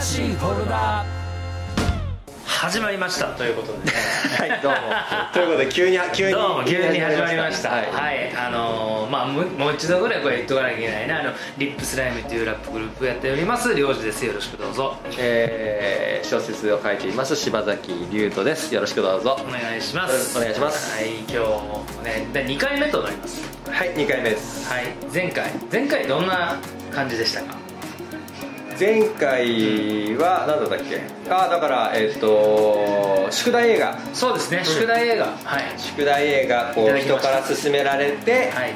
新しいフォルダ始まりましたということでねはいどうもということで急に急にどうも急に始まりましたははいい、あのーまあももう一度ぐらいこれ言っとかなきゃいけないなあのリップスライムというラップグループやっております領事ですよろしくどうぞえー小説を書いています柴崎龍斗ですよろしくどうぞお願いしますお願いしますはい今日もねで2回目となりますはい2回目ですはい前回前回どんな感じでしたか前回は何だったっけあだからえっ、と宿題映画そうですね、宿題映画はい宿題映画こいたうだき人ましかたら勧められて、はい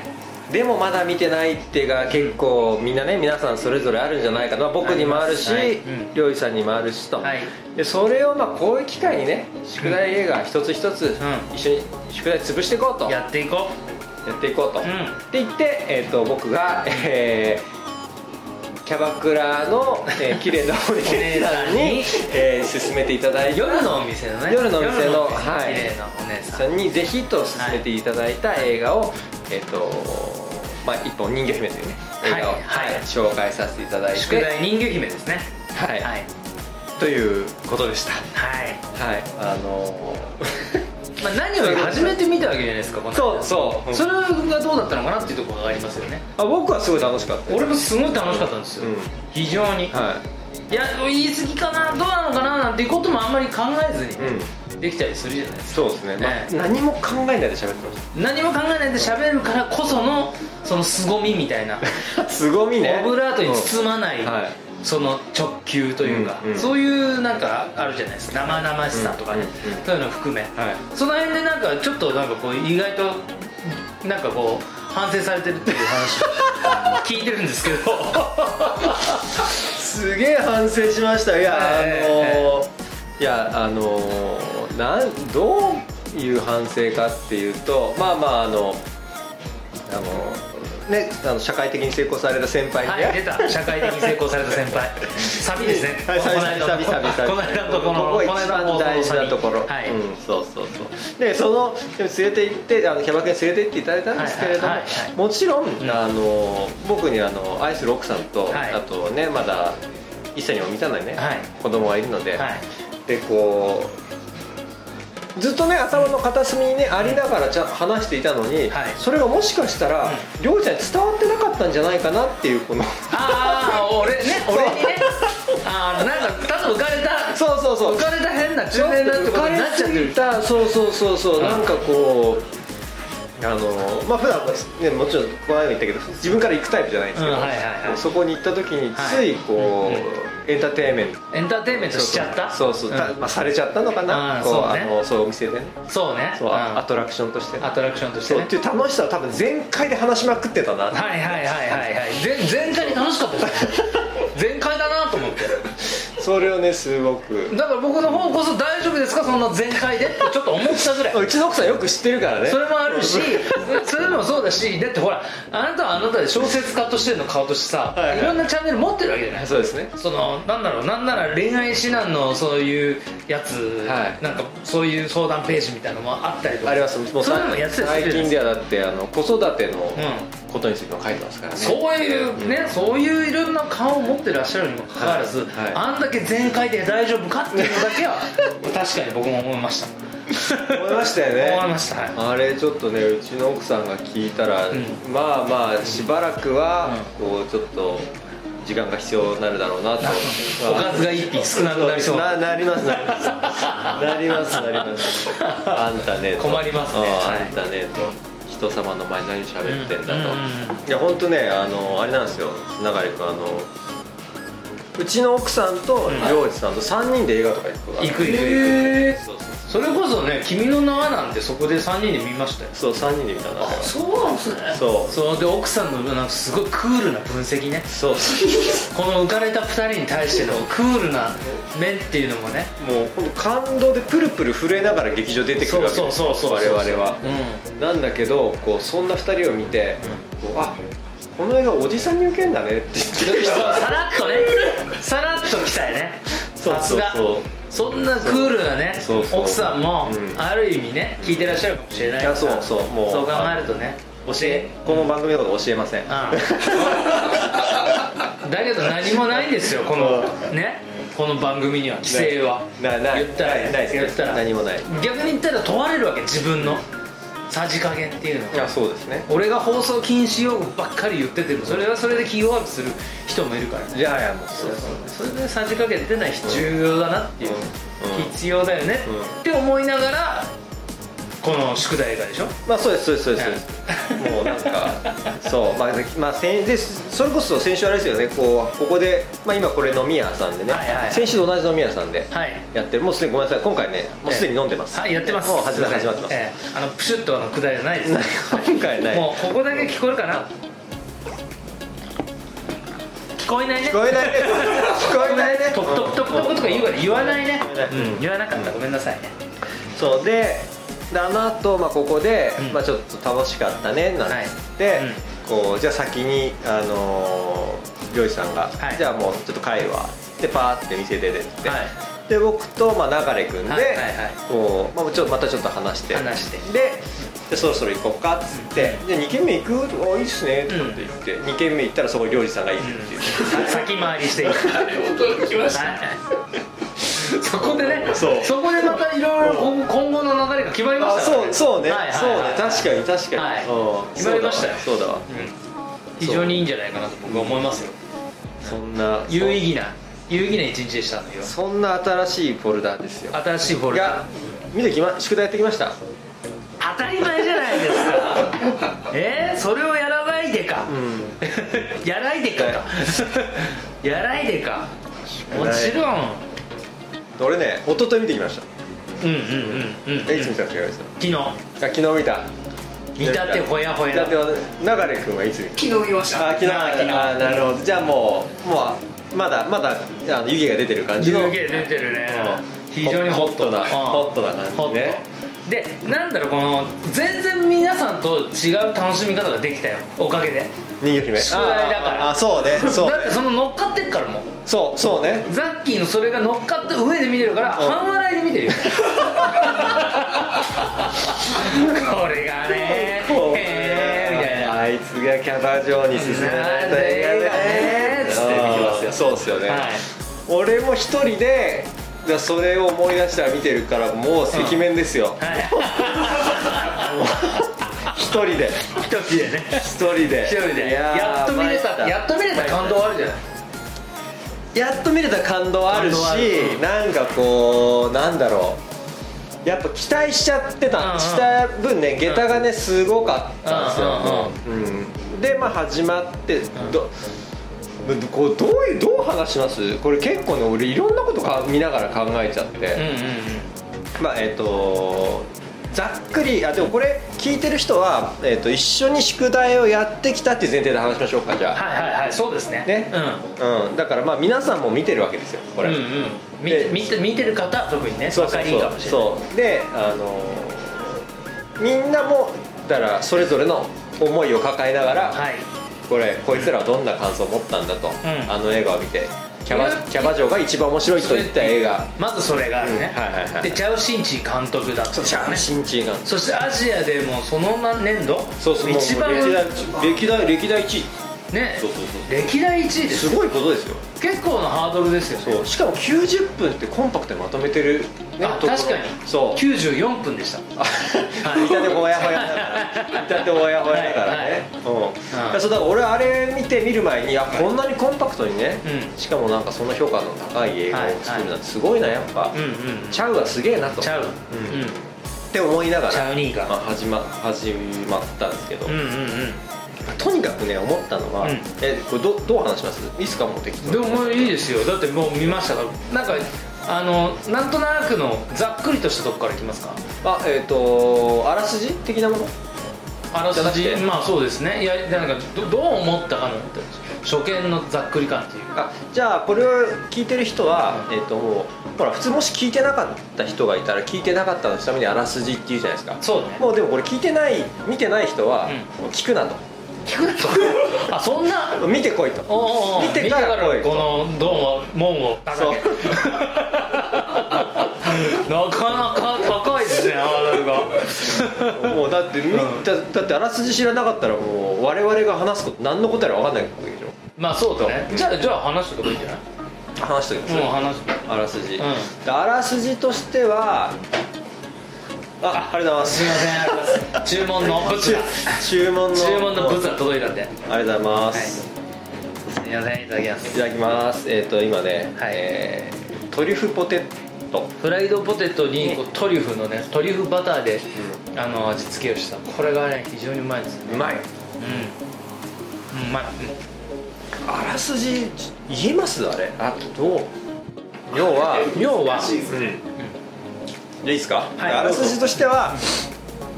でもまだ見てないってが結構みんなね皆さんそれぞれあるんじゃないかな僕にもあるしありますはいうん料理さんにもあるしと、はいでそれをまあこういう機会にね宿題映画一つ一つう一緒に宿題潰していこうとややっていこっていこうと、ううってん言って、えー、と僕が、えーキャバクラの、えー綺麗なお姉さおんに姉、 えー勧めていただいた夜のお店のね夜のお店の夜おはい綺麗なお姉ささんんにぜひと勧めていただいた映画を、えっ、とまあ一本人魚姫というね映画はを、いはい紹介させていただいて宿題人魚姫ですねはい、はいということでしたはいはいあのまあ、何より初めて見たわけじゃないですかこーの そうそそう、れがどうだったのかなっていうところがありますよねあ僕はすごい楽しかったです俺もすごい楽しかったんですよ、うん非常に、、はいや言い過ぎかなどうなのかななんていうこともあんまり考えずい、うん、にできたりするじゃないですかそうですねまあね何も考えないで喋ってまし何も考えないで喋るからこそのその凄みみたいなたすごみ ねオブラートにむ、包まない、うんはいその直球というか、うんうんそういうなんかあるじゃないですか生々しさとかね、うんうんうんそういうの含め、はいその辺でなんかちょっとなんかこう意外となんかこう反省されてるっていう 話聞いてるんですけどすげえ反省しましたいや、はいあのーいやあのーなんどういう反省かっていうとまあまああのあのねあの社会的に成功された先輩にはい出ね、た社会的に成功された先 輩サビですねはい、こサビの間サビサビサビこの間のところここ一の間の番大事なところ、はい、うん、そうそうそうでそのでも連れて行ってあのキャバクラに連れて行っていただいたんですけれども、はいはいはいはいもちろん、んあの僕にあの愛する奥さんと、はいあとねまだ一歳にも満たないね、はい子供がいるので、はいでこうずっとね頭の片隅にねありながらちゃん話していたのに、はいそれがもしかしたらりょうちゃんに伝わってなかったんじゃないかなっていうこのああ俺ね俺にねああなんかただ浮かれた そうそうそう浮かれた変なちょ中っと年だって浮ことかにれなっちゃすってぎるたそうそうそうそう、んなんかこうあのまあ普段は、ね、もちろんこの間も言ったけど自分から行くタイプじゃないんですけど、うんはいはいはいそこに行った時についこはう、いエンターテインメントエンターテインメントしちゃったそうそう、んたまあ、されちゃったのかあなーこそううねあのそうお店でねそうねそう、うんアトラクションとしてねアトラクションとしてそうねっていう楽しさを多分全開で話しまくって たなはいはいはいはいはい全全開に楽しかったですよ全開だなと思ってそれをねすごくだから僕の方こそ大丈夫ですかそんな全開でってちょっと思った ぐらいうちの奥さんよく知ってるから ねそれもある しそれもそうだしだってほらあなたはあなたで小説家としての顔としてさはいはいいろんなチャンネル持ってるわけじゃないそうですねそのなんだろうなんなら恋愛指南のそういうやつ、はいなんかそういう相談ページみたいなのもあったりとかありますもうそうさいうのもやってたり最するじゃない近ですでかはだってあの子育てのうことについても書いてますからねそういうね、そういういろんな顔を持ってらっしゃるにもかかわらず、はいはいあんだけ全開で大丈夫かっていうのだ けは確かに僕も思いました思いましたよね思いましたはいあれちょっとねうちの奥さんが聞いたら、んまあまあしばらくはこうちょっと時間が必要になるだろうなとおかずが一品少なくなりそうななりますなりますなりますなりますあんたねと困りますねあはいあんたねと人様の前で何喋ってんだと、うんうんいや本当ねあのあれなんですよ流君あのうちの奥さんと良二さんと3人で映画とか行くことがある行く行く行くそうそれこそね「君の名は」なんてそこで3人で見ましたよそうそう3人で見たんだからそうなんですねそうそうで奥さんのなんかすごいクールな分析ね そうこの浮かれた2人に対してのクールな面っていうのもねもうこの感動でプルプル震えながら劇場出てくるわけそうそうそうそう我々はうなんだけどこうそんな2人を見て、こうあこの映画おじさんに受けんだねって言ってんる人さはらっとねさらっと来たいねそうさすそうがそうそんなクールなねそうそう奥さんも、うんある意味ね聞いてらっしゃるかもしれないからいやそうそうもう考えるとね教えこの番組のこと教え ませんああだけど何もないんですよこのねこの番組には規制はないない言ったらないないですね言ったら何もない逆に言ったら問われるわけ自分のさじ加減っていうのいがやそうですね俺が放送禁止用語ばっかり言っててもそれはそれで気弱くする人もいるからねいやいやもうそううそうそれでさじ加減出ない人重要だなっていう、うん必要だよねうんって思いながらこの宿題がでしょまあそうですそうですそうです、もうなんかそうまあ、まあ、先でそれこそ先週あれですよねこうここで、まあ、今これ飲み屋さんでね、はいはい先週と同じ飲み屋さんではいやってるもうすでにごめんなさい今回ねもうすでに飲んでます、はいやってますもう始ま始まってます、ええあのプシュッとあのくだりはないですね 今回ないもうここだけ聞こえるかな聞こえないね聞こえないね聞こえないねトクトクトクトクとか言うから言わないね聞こえない、うん、言わなかったごめんなさいねそうでであの後、まあここで、うんまあ、ちょっと楽しかったねなんて言って、はいうんこうじゃあ先に、あのー漁師さんが、はいじゃあもうちょっと帰るわ」でパーって店出てって、はいで僕と、まあ、流れ君で、はいはいはいこうまあ、ちょっとまたちょっと話して話してででそろそろ行こうかっつって「で2軒目行く?」とか「あいいっすね」って言って、2軒目行ったらそこに漁師さんがいるっていう、 先回りしていく驚きましたはいそこでねそうこでまたいろいろ今後今後の流れが決まりま あしたからそうそうね、はいはいはいそうね確かに確かに、はいうん決まりましたよそうだわうん非常にいいんじゃないかなと僕は思いますよそんな有意義な有意義な一日でしたのよそんな新しいフォルダですよ新しいフォルダが見てきま宿題やってきました当たり前じゃないです かえー、それをやらないでか、 やらいでか かやらいでかもちろん俺ね一昨日見てきましたうんうんうんうんえいつ見たんですか昨日あ昨日見た見たってほやほやだって流れ君はいつ見た昨日見ましたあ昨日あ昨日あなるほどじゃあもうもうまだまだあの湯気が出てる感じ湯気の出てるねうん非常にホットなうんホットな感ホじッねトでなんだろうこの全然皆さんと違う楽しみ方ができたよおかげで人魚姫宿題だからあーあそうねそうだってその乗っかってっからもうそうそうねザッキーのそれが乗っかった上で見てるからうん半笑いで見てる よこれがねこうへーみたいなあいつがキャバ嬢に進めないと映画ねつって見てますよそうっすよね、はい俺も一人でだからそれを思い出したら見てるからもう赤面ですよ、 一人で一人でね一人で一人でいやーやっと見れ参ったやっと見れた感動あるじゃないやっと見れた感動あるし感動あるうんなんかこうなんだろうやっぱ期待しちゃってうんた、うんした分ね下駄がねすごかったんですよ、うんうんでまあ始まってどこうどういうどう話しますこれ結構ね俺いろんなことか見ながら考えちゃって、うんうんまあえっ、とざっくりあでもこれ聞いてる人は、えっと一緒に宿題をやってきたっていう前提で話しましょうかじゃあ、はいはいはいそうですねねうんうん、だからまあ皆さんも見てるわけですよこれ、うんうんみで見て見てる方特にねそう分そかうりいいかもしれないそうであのーみんなもだからそれぞれの思いを抱えながら、はいこれこいつらはどんな感想を持ったんだと、んあの映画を見てキャうバんキャバ嬢が一番面白いと言った映画まずそれがあるねうんはいはいはいでチャウ・シンチー監督だったシャーシンチーがそしてアジアでもその年度そうそうもう一番歴代歴代歴代1位ねそうそうそう歴代1位ですすよごいことですよ結構なハードルですよそうしかも90分ってコンパクトにまとめてる、ね、あところ確かにそう94分でしたあはい見たてほやほやだから見たてほやほやだからはいはいねうんうんいやそうだから俺あれ見て見る前にいやこんなにコンパクトにねうんしかもなんかその評価の高い映画を作るなんてすごいなやっぱうんうんうんチャウはすげえなとっちゃううんうんて思いながちゃうらにーまあが始ま始まったんですけどうんうんうんとにかくね思ったのはうんえこれどどう話しますいいっすかもう適当にでももういいですよだってもう見ましたからなんかあのなんとなくのざっくりとしたとこからいきますかあえっとあらすじ的なものあらすじゃじなくてまあそうですねいやなんかどどう思ったかの初見のざっくり感というかあじゃあこれを聞いてる人は、えっともうほら普通もし聞いてなかった人がいたら聞いてなかったのためにあらすじって言うじゃないですかそうねもうでもこれ聞いてない見てない人は、うもう聞くなと聞くなとあそんな見てこいとおうおうおう見てから来いこのドンは門を叩けそうなかなか高いですねハードルがもうだって、みだだってあらすじ知らなかったらもう我々が話すこと何のことやら分かんないわけでしょまあそうだねじゃあじゃあ話しておけばいいんじゃない話しておきます、もう話すあらすじ、んであらすじとしてはあありがとうございますすいませんありがとうございます注文のブツ が注文の注文のブツが届いたんではいありがとうございます、すいませんいただきまい、すただきますえっ、と今ね、はいえートリュフポテトフライドポテトにこうトリュフのねトリュフバターで、あの味付けをしたこれがね非常にうまいですうまいうんうんうまい、あらすじ言えますあれあと要はうん、要はうん、いいですか、はいあらすじとしては、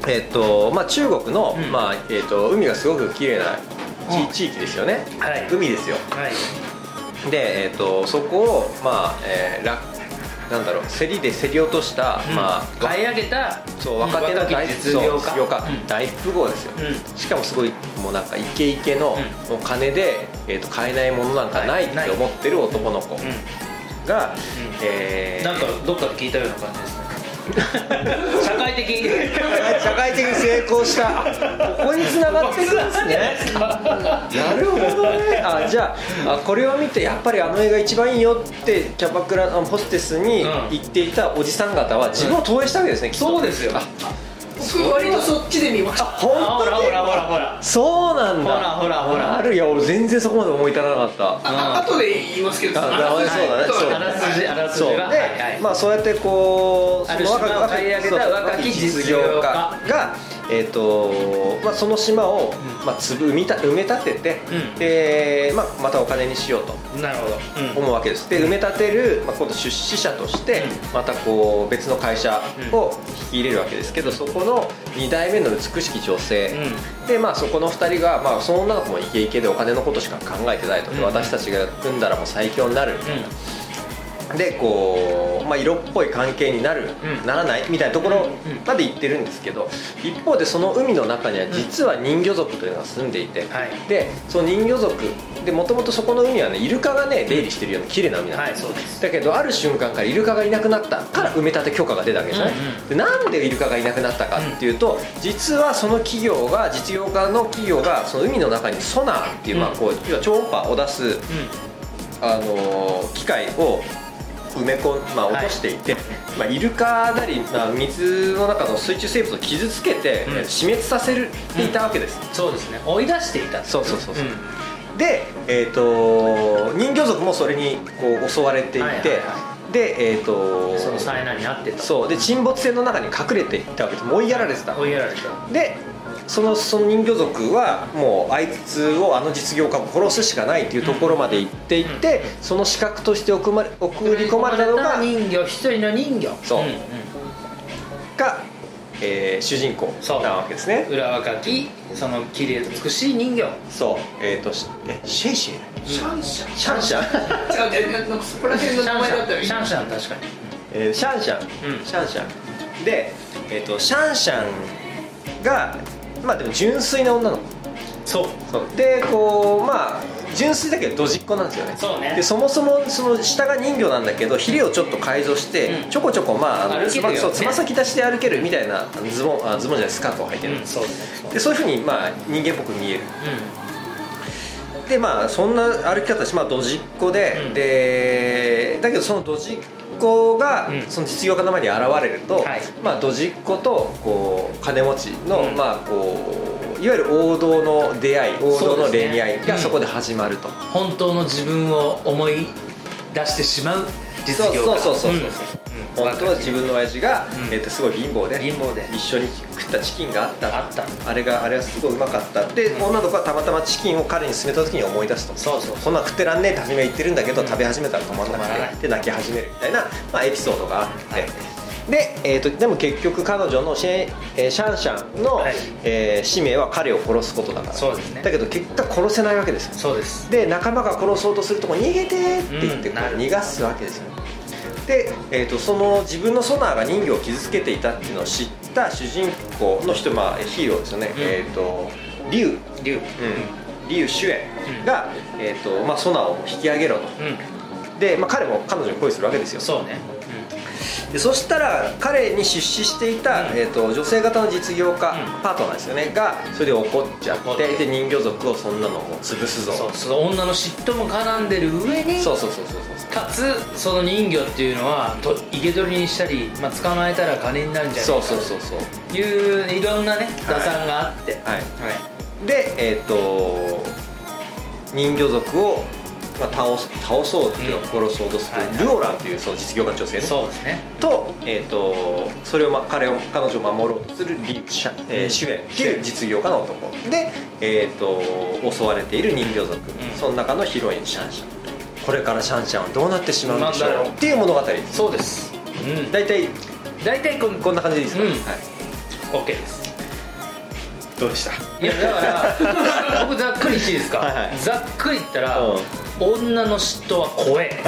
えっとまあ、中国の、うんまあえっと海がすごく綺麗な地,、うん地域ですよね、はい海ですよはいで、えっとそこを、まあえー、らなんだろう競りで競り落とした、まあ、買い上げたそう若手のき大実業家そうよかうん大富豪ですよ、うしかもすごいもうなんかイケイケの、うお金で、えー、と買えないものなんかないっないて思ってる男の子うが、んえん、ーなんかどっかで聞いたような感じです ね社会的社会的に成功したあここに繋がってくるんですねなるほどねあじゃああこれを見てやっぱりあの映画一番いいよってキャバクラのホステスにうん言っていたおじさん方は自分を投影したわけですね、きっとそうですよあ僕割とそっちで見ましたあ本ほら当ほにらほらほらそうなんだほらほらほらあるいや俺全然そこまで思い至らなかったあ後で言いますけどあなるほどねそうだねはいそうあらすじあらすじそうはで、はいはいまあそうやってこうある島をその買い上げたそう若き実業家がえーとまあ、その島を、うんまあ、つぶ埋めた埋め立てて、うんでまあ、またお金にしようとなるほど、うん思うわけですで埋め立てる、まあ、今度出資者としてうんまたこう別の会社を引き入れるわけですけどそこの2代目の美しき女性、でまあそこの2人が、まあ、その女の子もイケイケでお金のことしか考えてないと、うん私たちが組んだらもう最強になるみたいな、でこう、まあ、色っぽい関係になる、うんならないみたいなところうんうんまで言ってるんですけど一方でその海の中には実は人魚族というのが住んでいて、はいでその人魚族でもともとそこの海はねイルカがね出入りしてるような綺麗な海うんなんはいですよ、そうですだけどある瞬間からイルカがいなくなったから埋め立て許可が出たわけですよね、うんうんでなんでイルカがいなくなったかっていうと、実はその企業が実業家の企業がその海の中にソナーっていう、まあ、こう要は超音波を出すうあのー機械を埋め込ん、まあ、はい落としていて、まあ、イルカなり、まあ、水の中の水中生物を傷つけて、うんえー死滅させるていたわけです、んそうですね追い出していたそうそうそうそう、んで、えー、と人魚族もそれにこう襲われていて、はいはいはでえっ、とその災難にあってたそうで沈没船の中に隠れていったわけです追いやられてた追いやられたでそのその人魚族はもうあいつをあの実業家を殺すしかないっていうところまで行っていって、その資格として送まれ送り込まれたのが人魚一人の人魚そうんんが、えー主人公そうなわけですね裏若きその綺麗美しい人魚そうえっ、としえシェイシェイシャンシャンシャンシャン、違う違うなんかそこら辺シャのン名前だったらいいシャンシャン確かに えーシャンシャン、うんシャンシャンで、えー、とシャンシャンがまあでも純粋な女の子そうそうでこうまあ純粋だけどドジっ子なんですよねそうねでそもそもその下が人魚なんだけどヒレをちょっと改造して、うんちょこちょこまああの歩つけるよまねそうつま先出して歩けるみたいなあのズボンあズボンじゃないスカートを履いてるんうでんす、そうですねでそういうふうにまあ人間っぽく見えるうでまあそんな歩き方だしまあドジっ子で、うんでだけどそのドジっ子が、うんその実業家の前に現れると、はいまあドジっ子とこう金持ちの、うんまあこういわゆる王道の出会い王道のそうですね恋愛うがんそこで始まると、ん本当の自分を思い出してしまう実業家そうそうそうそううん本当は自分の親父が、うんえっとすごい貧乏で貧乏で一緒に食ったチキンがあったあったあれがあれはすごいうまかったで、うん女の子はたまたまチキンを彼に勧めた時に思い出すとそうそうこんなん食ってらんねえって初めは言ってるんだけど、うん食べ始めたら止まん止なくまらないてで泣き始めるみたいな、まあ、エピソードがあって、はいでえー、とでも結局彼女のシェ、えーシャンシャンの、はいえー使命は彼を殺すことだからそうですねだけど結果殺せないわけですよそうですで仲間が殺そうとするとこ逃げてーって言ってうんこうなる逃がすわけですよ、で、えー、とその自分のソナーが人魚を傷つけていたっていうのを知った主人公の人、まあ、ヒーローですよね、んえっ、とリュウ、竜うん、リュウ主演うんが、えーとまあ、ソナーを引き上げろとうんで、まあ、彼も彼女に恋するわけですよそうねでそしたら彼に出資していた、えー、と女性型の実業家、うんパートナーですよねがそれで怒っちゃ怒っっててで人魚族をそんなのを潰すぞそそううその女の嫉妬も絡んでる上にそうそうそうそうかつその人魚っていうのはと生け捕りにしたり、まあ、捕まえたら金になるんじゃないそうかそうそうそうといういろんなね打算があって、はいでえっ、と人魚族を、まあ、倒す倒そうっていうか殺そうとする、はいはいルオランというその実業家の女性ねそうですねと,、えー、とそれを、ま、彼を彼女を守ろうとするリシャ、えー主演っていう実業家の男で、えー、と襲われている人魚族、その中のヒロインシャンシャンこれからシャンシャンはどうなってしまうんでしょなんだろううっていう物語ですそうですうんだ大体大体こんこんな感じでいいですか、うんは OK い、ですどうでしたいやだ から僕ざっくりしていいですか、はいはいざっくり言ったら、うん女の嫉妬は怖え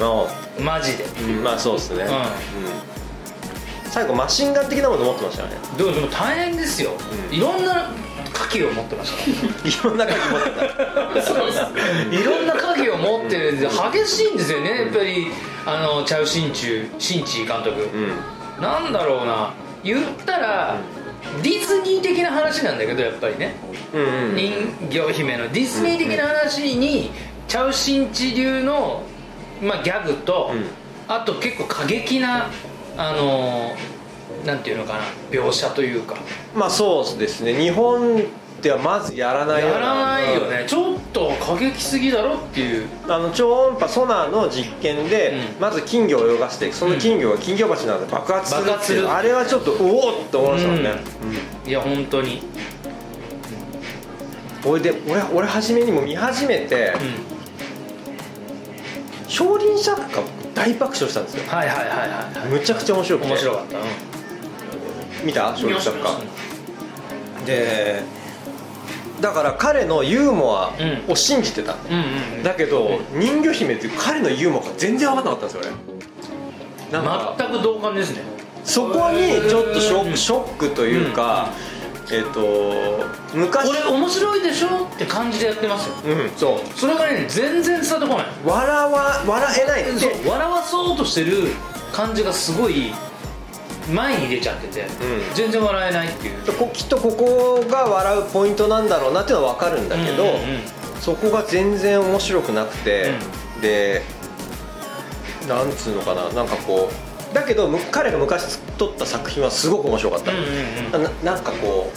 の、マジでうんまあそうですね、んうん最後マシンガン的なもの持ってましたよね でもでも大変ですよ、うんいろんな牡蠣を持ってましたからいろんな感じ持ってたそうですねいろんな影を持ってるんで激しいんですよねやっぱりあのチャウ・シンチュシンチー監督、うんなんだろうな言ったらディズニー的な話なんだけどやっぱりね、うんうん人魚姫のディズニー的な話にチャウ・シンチ流の、まあ、ギャグと、うんあと結構過激なあのーなんていうのかな描写というかまあそうですね日本ではまずやらないようやらないよねちょっと過激すぎだろっていうあの超音波ソナーの実験で、うんまず金魚を泳がしてその金魚が金魚鉢などで爆発する爆発っすていう、るあれはちょっとうおーっと思いましたもんね、いや本当にうん俺で俺俺初めにも見始めて、うん少林シャッカ大爆笑したんですよはいはいはいはいむちゃくちゃ面白くて面白かった、見た少林シャッ見カましでだから彼のユーモアを信じてた、うん、うんうんだけど、人魚姫っていう彼のユーモアが全然分かんなかったんですよ俺なんか全く同感ですねそこにちょっとショッうんクショックというか、えっ、と昔これ面白いでしょって感じでやってますようんそそれがね全然伝わってこないう笑わ笑えないってそう笑わそうとしてる感じがすごい前に出ちゃってて、ん全然笑えないっていうこきっとここが笑うポイントなんだろうなっていうのは分かるんだけど、うんうんそこが全然面白くなくて、でなんつうのかななんかこうだけどむ彼が昔撮った作品はすごく面白かった、うんうんうんななんかこ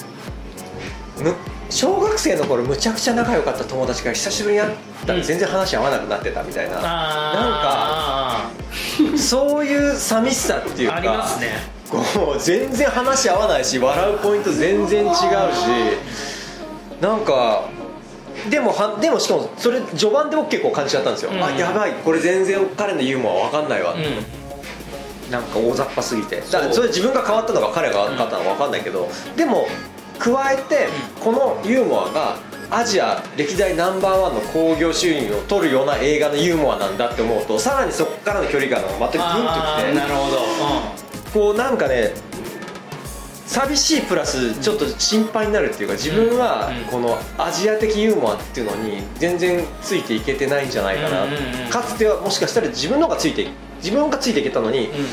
うむ小学生の頃むちゃくちゃ仲良かった友達が久しぶりに会ったら全然話合わなくなってたみたいな、なんかあーそういう寂しさっていうかありますねこう全然話合わないし笑うポイント全然違うしなんかでもはでもしかもそれ序盤で僕結構感じちゃったんですよ、うんあやばいこれ全然彼のユーモア分かんないわ、うなんか大雑把すぎてだからそそうれ自分が変わったのか彼が変わったのか分かんないけど、でも加えてこのユーモアがアジア歴代ナンバーワンの興行収入を取るような映画のユーモアなんだって思うとさらにそこからの距離感がまたんあグーンとなきるほど、てこうなんかね寂しいプラスちょっと心配になるっていうか自分はうんこのアジア的ユーモアっていうのに全然ついていけてないんじゃないかなうんうんうんかつてはもしかしたら自分の方がついて自分がついていけたのにうんうん、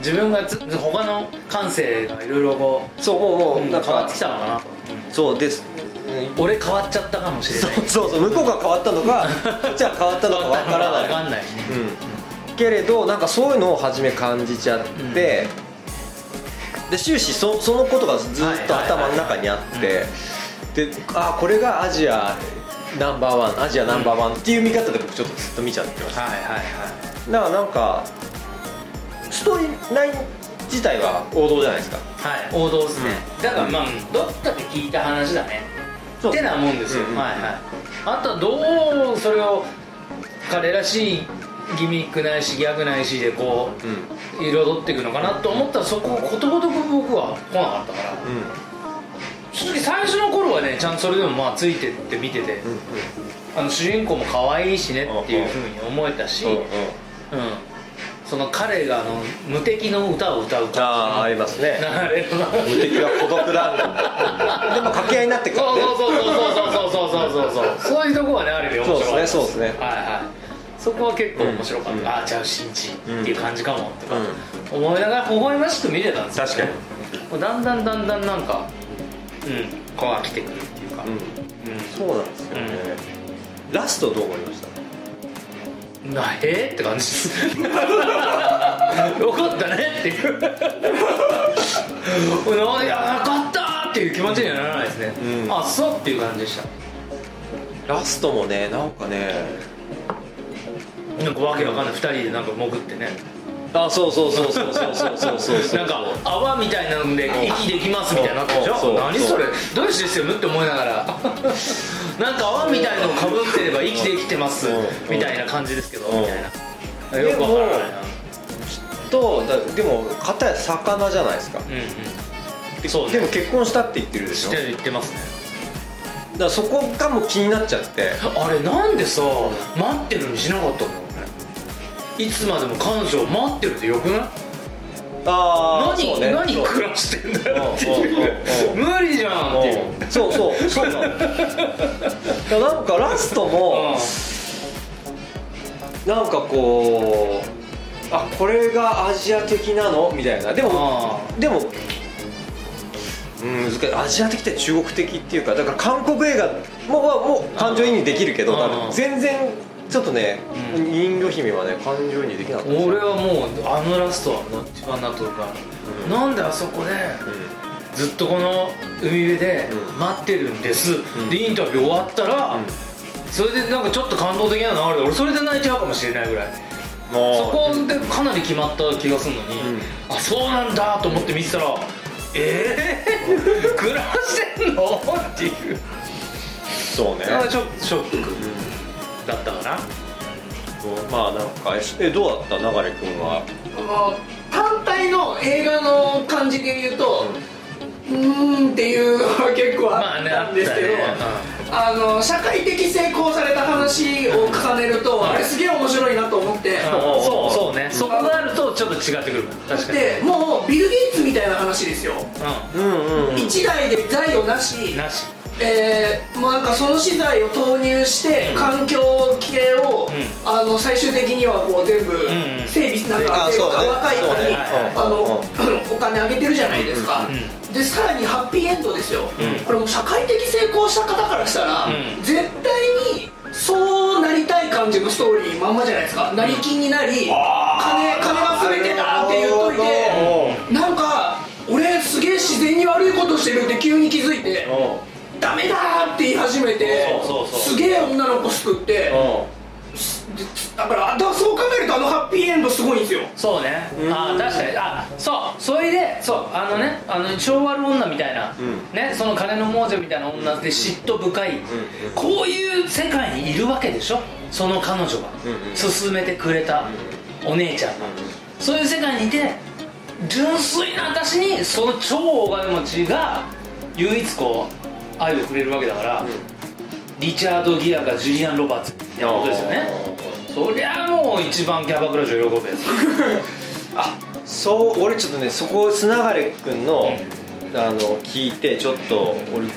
自分がつ他の感性がいろいろこそうもうう、もう変なんわかってきたのかなとそうです俺変わっちゃったかもしれないそうそう向こうが変わった のかこっちは変わったのかわからないわかんないねうん、けれどなんかそういうのを初め感じちゃって、うんで終始そそのことがずっとはいはいはい頭の中にあって、であこれがアジアナンバーワンアジアナンバーワンっていう見方で僕ちょっとずっと見ちゃってましはいはいはいただからなんかストーリーライン自体は王道じゃないですかはい王道ですね、だからまあどっかで聞いた話だねってなもんですよ、うんうんはいはいあとはどうそれを彼らしいギミックないしギャグないしでこうんうんう彩っていくのかなと思ったらそこをことごとく僕は来なかったから正直最初の頃はねちゃんとそれでもまあついてって見てて、うんあの主人公も可愛いしねっていうふうに思えたし、うんううんんその彼があの無敵の歌を歌うからああありますねあれは無敵は孤独なんだでも掛け合いになってそうそうそうそうそうそうそうそうそうくるそうそうそういうとこはねある意味面白かったそうですねそうですはねいはいそこは結構面白かった、うんああじゃあ新人っていう感じかもとかうん思いながら微笑ましく見てたんですよ確かにもうだんだんだんだんなんかうんこう飽きてくるっていうか、うんそうなんですよね、ラストどう思いましたなえーって感じです よかったねっていうないやよかったっていう気持ちにはならないですね、うんあそうっていう感じでしたラストもねなんかねなんかわけわかんない2人でなんか潜ってねあそうそうそうそうそうそうそうそう そうなんか泡みたいなので息できますみたいになったでしょそうそう何それどういうシステムって思いながら なんか泡みたいのをかぶってれば息できてますうんみたいな感じですけどうんみたいなよくわからないなとだでも片や魚じゃないですかうんうんそうでねも結婚したって言ってるでししょてだか言ってますねらそこがもう気になっちゃってあれなんでさ待ってるにしなかったんだろうねいつまでも彼女を待ってるってよくないああ何、何暮らしてんだよっていうう無理じゃんっていうそうそうそうなの いやなんかラストもなんかこうあこれがアジア的なのみたいなでもあでもうん難しいアジア的って中国的っていうかだから韓国映画もはもう感情移入できるけどあーなんか全然ちょっとね、うん人魚姫はね感情移入できなかったですよ俺はもうあのラストはもう一番納得がなんであそこでずっとこの海辺でうん待ってるんです、んでインタビュー終わったら、うんそれでなんかちょっと感動的なのあるで俺それで泣いちゃうかもしれないぐらいうんもうそこでかなり決まった気がするのに、んあそうなんだと思って見てたら、ええー、暮らしてんのっていうそうねそれはショックショックだったかなまあなんかえどうだった流君はこの単体の映画の感じで言うとうーんっていうのは結構あったんですけど、まあねあの社会的成功された話を重ねると、あれすげえ面白いなと思って、んそうそうね、そこがあるとちょっと違ってくる確かにでもうビル・ゲイツみたいな話ですよ、うんうんうん一台で財をなうしんなしえーもうなんかその資材を投入して環境系うを、あの最終的にはこう全部んうん整備しながらあそうね若い子そうにねあのお金あげてるじゃないですかうんでさらにハッピーエンドですようんこれもう社会的成功した方からしたらうん絶対にそうなりたい感じのストーリーまんまじゃないですか成金になり金金が全てだって言っといてなんか俺すげえ自然に悪いことしてるって急に気づいてダメだーって言い始めてそうそうそうすげえ女の子救ってでだからあだからそう考えるとあのハッピーエンドすごいんですよそうねあー確かにあそうそれでそうあのねあの昭和の女みたいな、んねその金の亡者みたいな女で嫉妬深い、こういう世界にいるわけでしょその彼女がうんうん勧めてくれたお姉ちゃんが、そういう世界にいて純粋な私にその超大金持ちが唯一こう愛をくれるわけだから、リチャード・ギアかジュリアン・ロバーツみたいなことですよねそりゃもう一番キャバクラ女喜ぶやつあそう俺ちょっとねそこつながれ君のあの聞いてちょっと俺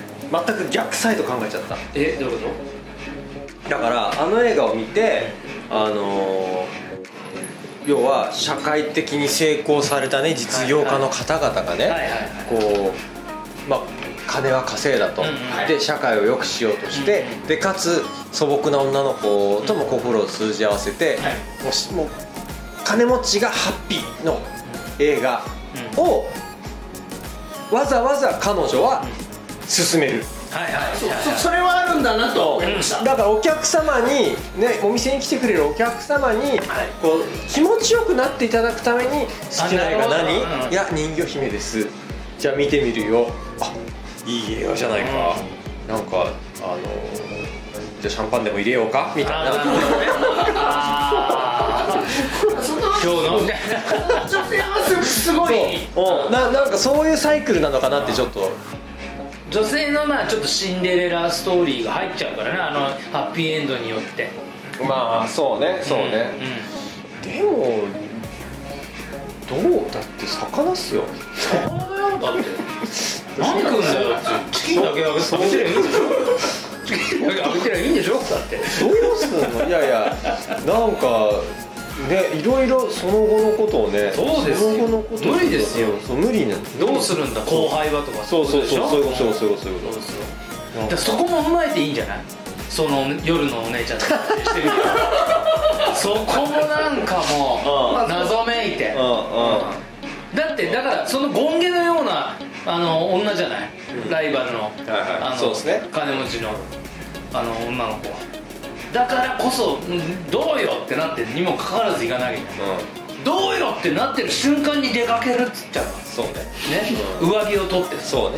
全く逆サイド考えちゃったえどういうこだからあの映画を見てあのー要は社会的に成功されたね実業家の方々がね、はいはいはいこうまあ金は稼いだと、うんうんはいで社会を良くしようとして、でかつ素朴な女の子とも心を通じ合わせて、はいもうしもう金持ちがハッピーの映画を、わざわざ彼女は勧める。とはいはいそうそそれはあるんだなと思いましただからお客様に、ね、お店に来てくれるお客様に、はいこう気持ちよくなっていただくために「好きな映画なる何ほどうんいや人魚姫です」じゃあ見てみるよあいい映画じゃないか、なんかあのじゃあシャンパンでも入れようかみたい あなーなるほどねあそのー今日のみたい女性はすすごいそううんななんかそういうサイクルなのかなってちょっとな 女性のまあちょっとシンデレラストーリーが入っちゃうからねあのハッピーエンドによってまあそうねそうね、でもどうだって魚っすようんうんなんだって何食うんだよチキンだけあげて りゃいいんでしょチキンだけあげてりゃいいんでしょだってどうすんのいやいやなんかねいろいろその後のことをねそうですよの後のことを無理ですよそう無理なんどうするんだ後輩はとかそうそうそうそういうことそういうことそういうそうこですよとだからそこも踏まえていいんじゃないその夜のお姉ちゃんとかしてみる そこもなんかもうんう謎めいてうんうんだってだからその権化のようなあの女じゃないライバルの,、はいあのそうですね金持ちのあの女の子はだからこそうんどうよってなってにもかかわらず行かなきゃいけないうんどうよってなってる瞬間に出かけるっつっちゃうかそうねらね、上着を取ってそうんね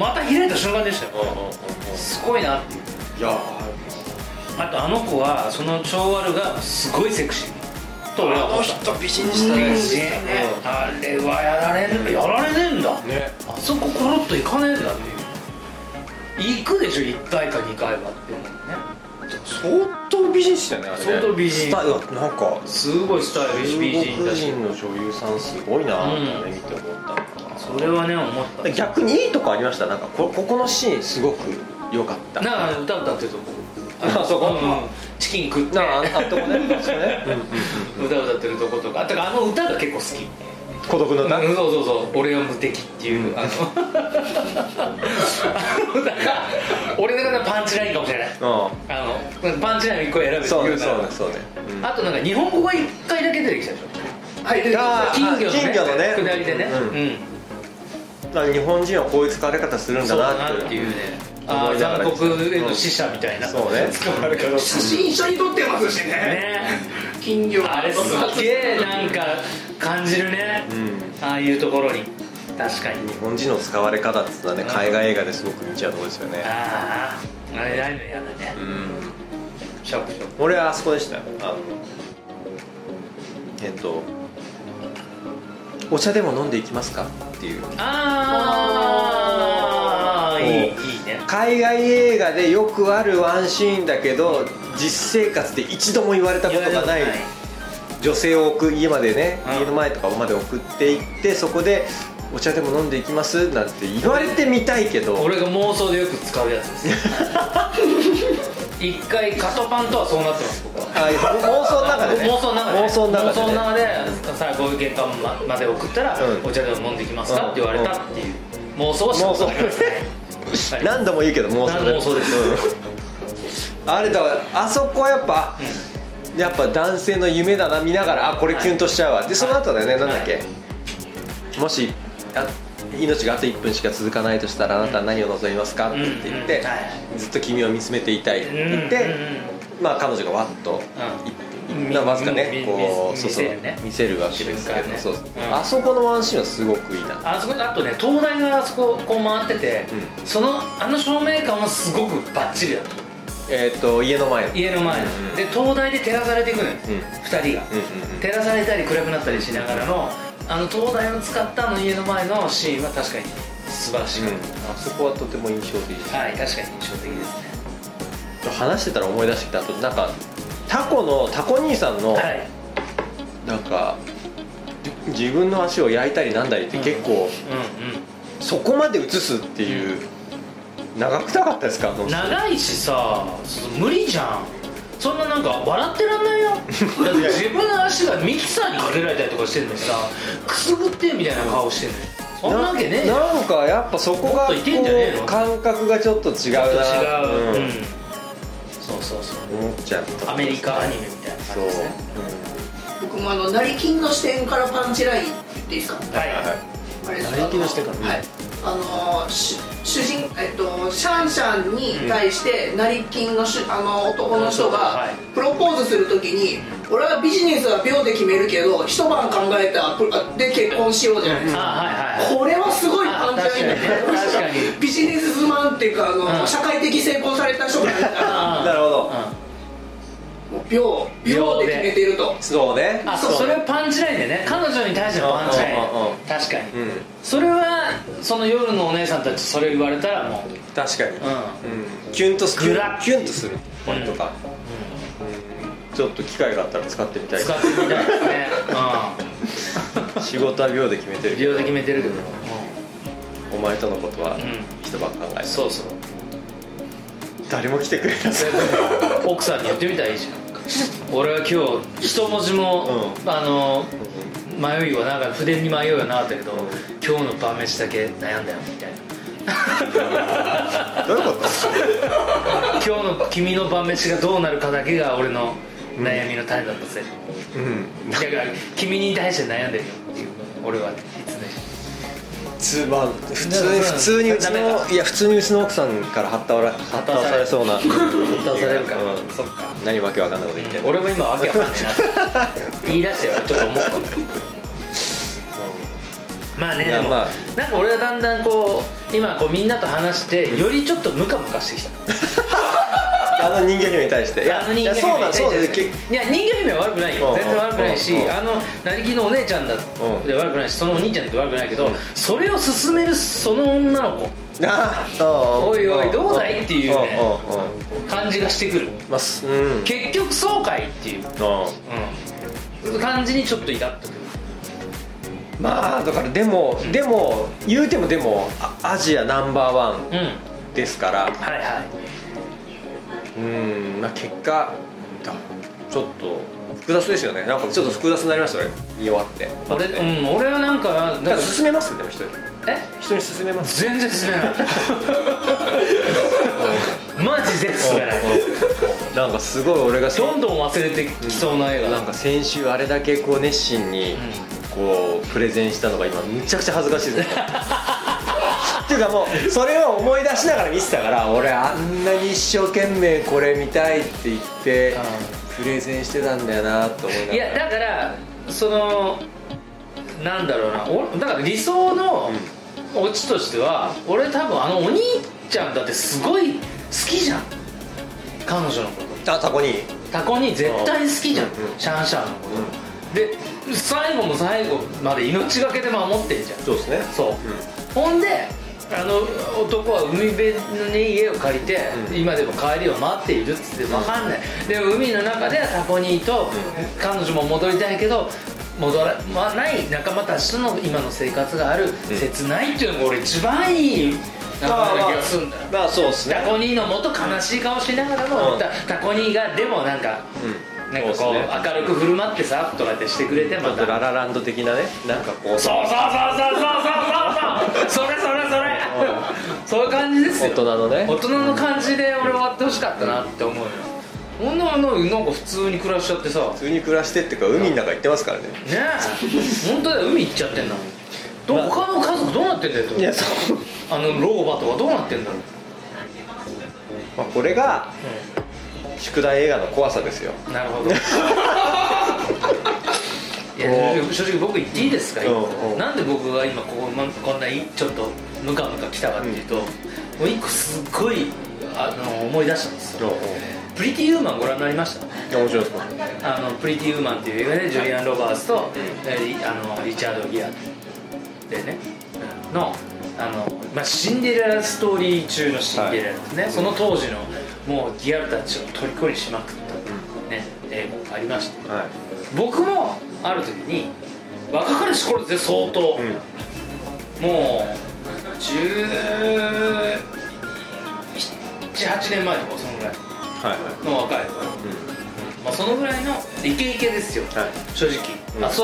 また開いた瞬間でしたようんうんうんうんすごいなっていういやあとあの子はその超悪がすごいセクシーと俺は思った人美人でしたねあれはやられるやられねえんだーねあそこコロッと行かねえんだっていう行くでしょ1回か2回はって思うね相当美人でしたよねあれね相当美人スタイルはなんかすごいスタイルいいし美人だし中国人の女優さんすごいなうあんれ見て思ったそれはね思っ逆にいいとこありましたなんかこここのシーンすごく良かったたなだから歌歌ってるとこあそこうんチキン食ってあああっとこ ねあそこね 歌歌ってるとことかだからあの歌が結構好き孤独のうん歌そうそうそう俺は無敵っていう、あの あのだから俺だからパンチラインかもしれないうんあのパンチラインを1個選べってそう言ねうそなうらねそうねうんあとなんか日本語が1回だけ出てきたでしょはいであ金ー魚のね金魚のね下りでねうんうん、だから日本人はこういう使われ方するんだそうだななっってていいううねあ思ーいながら残酷への死者みたいな、そうね使われ方写真一緒に撮ってますしねね金魚あれすっげえなんか感じるね、うんああいうところに確かに日本人の使われ方ってのはねうん海外映画ですごく見ちゃうとこですよねあああれないの嫌だねうんショックショック俺はあそこでしたよあのえっとお茶でも飲んでいきますかっていうああいいいいね海外映画でよくあるワンシーンだけど実生活で一度も言われたことがない女性を送家までねうん家の前とかまで送っていってそこで「お茶でも飲んでいきます?」なんて言われてみたいけど俺が妄想でよく使うやつ です一回カトパンとはそうなってます僕はあ妄想の中でね妄想の中で妄想の中で妄想のね中でさあこういう玄関ままで送ったら、うんお茶でも飲んできますかって言われたっていう妄想をしたことがありますね何度も言うけど妄想何度もそうですうんあれだからあそこはやっぱ、やっぱ男性の夢だな見ながらあこれキュンとしちゃうわでその後だよね、なんだっけ、はもしあ命があと1分しか続かないとしたらあなたは何を望みますか、うんって言って、うんはいずっと君を見つめていたいって言って、まあ彼女がわっと、うんいなわずかね、みこうみそうそう見せるね見せるわけですけど、瞬間ねそうそううんあそこのワンシーンはすごくいいなあそこあとね灯台があそここう回ってて、うそのあの照明感はすごくバッチリだったえっ、と家の前の家の前の、うんで灯台で照らされていくのよ、うん2人が、うんうんうん照らされたり暗くなったりしながらのあの灯台を使ったあの家の前のシーンは確かに素晴らしい、うん、あそこはとても印象的ですはい確かに印象的ですね話してたら思い出してきたあとなんかタコのタコ兄さんの、はいなんかじ自分の足を焼いたりなんだりって結構、うんそこまで映すっていう、長くなかったですかあのうん長いしさそ無理じゃんそんななんか笑ってらん ないよだって自分の足がミキサーにかけられたりとかしてんのにさくすぐってみたいな顔してんのよそんなわけねえじゃんなんかやっぱそこもっがといけんじゃねえのこう感覚がちょっと違うな違う、ううんんそうそうそう思っちゃったアメリカアニメみたいなそ感う、じうんですね僕もあの成金の視点からパンチライン言っていいですかはいあれです成金の視点からはいあのし主人えっとシャンシャンに対して成金のしあの男の人はがいプロポーズするときに俺はビジネスは秒で決めるけど一晩考えたプロで結婚しようじゃないですかあはいはいこれはすごいパンチラインだ あ確かにね確かにビジネスマンっていうかあの、うん社会的成功された人がいたら うんなるほど、もう秒秒で決めてるとそうねあそうそれはパンチラインでね彼女に対してのパンチラインうんうんうん確かに、うんそれはその夜のお姉さんたちそれ言われたらもう確かに、うキュンとすグラッキュンとするポイントか、うんちょっと機会があったら使ってみたいん使ってみたいですね仕事は秒で決めてうるんけど秒で決めてるけど、お前とのことはん一晩考える、そうそう誰も来てくれなそいれでも奥さんに言ってみたらいいじゃん俺は今日一文字も、あの迷いはなんか筆に迷いはなかったけど、今日の晩飯だけ悩んだよみたいな どういうこと今日の君の晩飯がどうなるかだけが俺の悩みの種だった ぜ、うんだから君に対して悩んでるよっていう俺はいつね普通まあ普だから通普通にうちダメだのいや普通にうちの奥さんからはったわらはったわされそうなはったわされるからそっか何わけわかんないこと言って俺も今わけわかんないな言い出してよちょっと思ったまあねいやでも、まあなんか俺はだんだんこう今こうみんなと話してよりちょっとムカムカしてきたあの人間に対していあの人い魚や姫そうだそうだけいや人魚姫は悪くないようん全然悪くないしうんあの成木のお姉ちゃんだんで悪くないしそのお兄ちゃんだって悪くないけどそれを勧めるその女の子ああおいおいどうだいっていうねんうんうん感じがしてくるまあすうん結局そうかいっていううん感じにちょっとイラっとくるまあだからでもでも言うてもでもあアジアナンバーワンうんですからはいはうんまあ結果だちょっと複雑ですよねなんかちょっと複雑になりましたね見終わってい俺うん俺はなんかなんだかから進めますでも人にえ人に進めます全然進めない マジで進めない なんかすごい俺がどんどん忘れてきそうな映画なんか先週あれだけこう熱心にこうプレゼンしたのが今むちゃくちゃ恥ずかしいです っていうかもうそれを思い出しながら見てたから俺あんなに一生懸命これ見たいって言ってプレゼンしてたんだよなと思いながらいやだからそのなんだろうなおだから理想のオチとしては、俺多分あのお兄ちゃんだってすごい好きじゃん彼女のことあタコにタコに絶対好きじゃん、シャンシャンのこと、で最後も最後まで命がけで守ってんじゃんそうですねそう、ほんであの男は海辺に家を借りて、うん今でも帰りを待っているっつって分かんない、でも海の中でタコニーと彼女も戻りたいけど戻らない仲間たちとの今の生活がある、切ないっていうのが俺一番いい仲間な気がするんだよまあそうですタコニーのもっと悲しい顔しながらも、うんタタコニーがでもなんか、うんなんかこうそうっすね明るく振る舞ってさとかってしてくれてちょまっとたララランド的なねなんかこうそうそうそうそうそうそうそうそうそれそれそれそういう感じですよ大人のね大人の感じで俺終わってほしかったなって思うよ女のなんか普通に暮らしちゃってさね普通に暮らしてっていうか海の中行ってますからねえ本当だよ海行っちゃってんだもんどう他の家族どうなってんだよといやそう、あの老婆とかどうなってんだろうまあ、これが宿題映画の怖さですよなるほ どいや正直僕言っていいですか、うんうんなんで僕が今ここまこんなにちょっとムカムカ来たかっていうと、もう一個すっごいあの思い出したんですよ、プリティ・ウーマンご覧になりましたいや面白いですねあのプリティ・ウーマンっていう映画でジュリアン・ロバーツと、えーリあのリチャード・ギアでねのあの、まあ、シンデレラストーリー中のシンデレラですね、その当時のもうギャルたちを虜にしまくった、ね映画がありましてはい僕もある時に若かりし頃ですよ相当、んもう178年前とかそのぐらいはいはいの若い頃、まあ、そのぐらいのイケイケですよ、はい正直、遊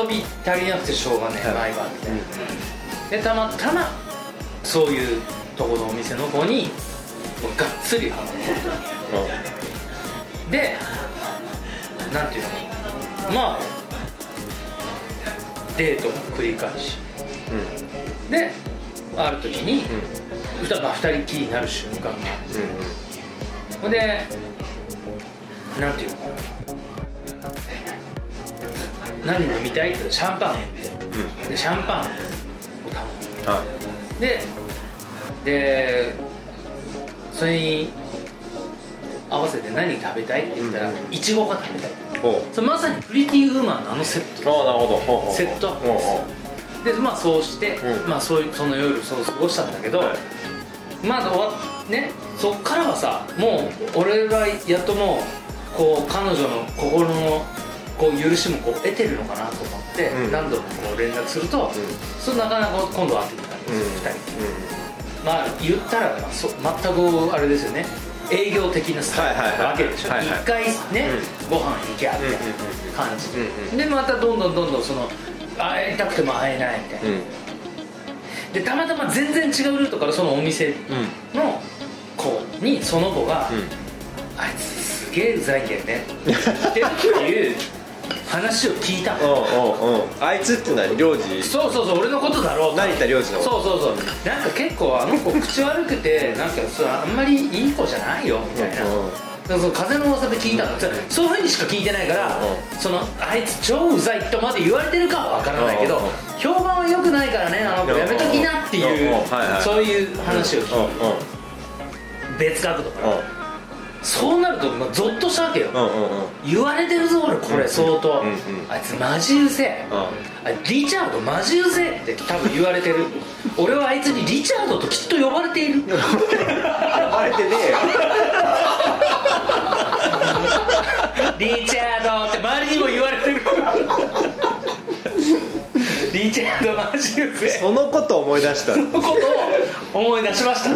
び足りなくてしょうがねえ、はい毎晩みたいな、でたまたまそういうとこのお店の子にもうがっつりハマってでなんていうのまあデートを繰り返しうんうんである時に、歌が二人きりになる瞬間がほんでなんていうのかな何飲みたいってシャンパンででシャンパンを頼はむででそれに合わせて何食べたいって言ったらいちごが食べたいいほうそれまさにプリティウーマンのあのセットああなるほどほうほうセットアップほうですほでまあそうして、うんまあそういうその夜そう過ごしたんだけど、はまだ終わっねそっからはさもう俺がやっともうこう彼女の心のこう許しもこう得てるのかなと思って、うん何度もこう連絡すると、んそうなかなか今度会ってきたんですよ、うん2人まあ言ったら、まあ、そ全くあれですよね営業的なスタイルなわけでしょはいはいはい一回ねご飯行きゃみたいな感じででまたどんどんどんどんその会いたくても会えないみたいなでたまたま全然違うルートからそのお店の子にその子がん「あいつすげえうざいんだよね」っていう話を聞 いたのうんうんうんあいつって何領事そうそうそう俺のことだろうと成田領事のそうそうそうなんか結構あの子口悪くてなんかそうあんまりいい子じゃないよみたいな、うんうんでもその風の噂で聞いたのそそういうふうにしか聞いてないから、うそのあいつ超うざいとまで言われてるかは分からないけど、うんうん評判は良くないからねあの子やめときなっていう、うんうんはいはいそういう話を聞いて、う別角度から、んそうなるとまあゾッとしたわけよ、うんうんうんうんうん言われてるぞ俺これ相当、うんうんあいつマジうぜえ、うんあリチャードマジうぜえって多分言われて る俺はあいつにリチャードときっと呼ばれている バレてねえよリチャードって周りにも言われてるリチャードマジうぜえそのこと思い出したのことを思い出しました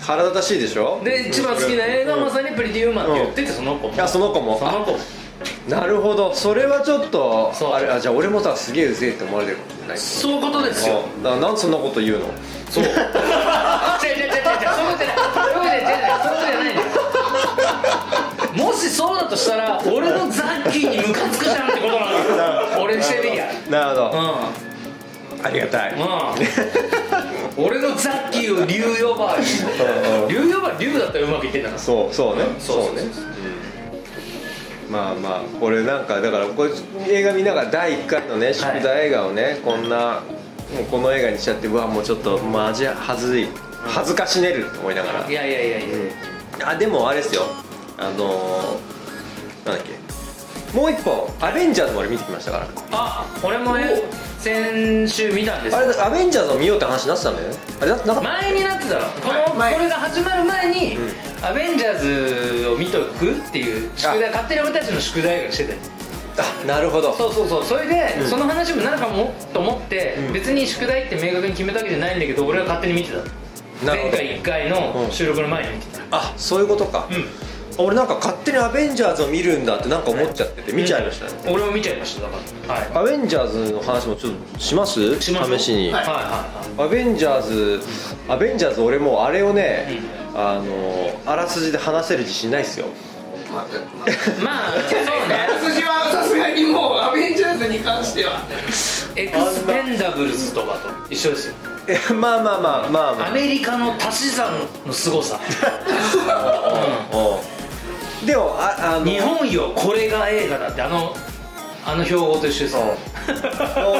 腹立たしいでしょで一番好きな映画はまさに「プリティ・ウーマン」って言っててその子もあその子もその子もなるほどそれはちょっとそうあれあじゃあ俺もさすげえうぜえって思われてるかもしれないそういうことですよあななんでそんなこと言うのそう。違う違う違う違う。そういうことじゃない。そういうことじゃない。そういうことじゃない。もしそうだとしたら、俺のザッキーにムカつくじゃんってことなん だよ。俺にしてみりゃ。なるほうど、んありがたい、うん。俺のザッキーを竜呼ばわりしてうんうん竜呼ばわり竜だったらうまくいってんだからそうそうねそうそうそううんまあまあ俺なんかだからこれ映画見ながら第1回のね宿題映画をね、こんなもうこの映画にしちゃってうわもうちょっとマジはずい恥ずかしねると思いながらいやいやいやいやあでもあれですよあのー、なんだっけもう一本「アベンジャーズ」も俺見てきましたからあ俺もね先週見たんですあよれだアベンジャーズを見ようって話になってたんだよねあれななかった前になってたのこの、前これが始まる前に、うアベンジャーズを見とくっていう宿題あ勝手に俺たちの宿題がしてたよあなるほどそうそうそうそれで、んその話もなんかもと思って、うん別に宿題って明確に決めたわけじゃないんだけど俺は勝手に見てたなるほ前ど回1回の収録の前に見てた、あそういうことか、俺なんか勝手に「アベンジャーズ」を見るんだってなんか思っちゃってて見ちゃいましたね、うん俺も見ちゃいましただからはいアベンジャーズの話もちょっとしますしましょう試しに、はいはいはいアベンジャーズアベンジャーズ俺もうあれをね、あのあらすじで話せる自信ないっすよまあまあそうねあらすじはさすがにもうアベンジャーズに関しては エクスペンダブルズとかと一緒ですよえまあまあまあまあまアあメリカの足し算の凄さうんでもああの日本よこれが映画だってあのあの標語と一緒ですよ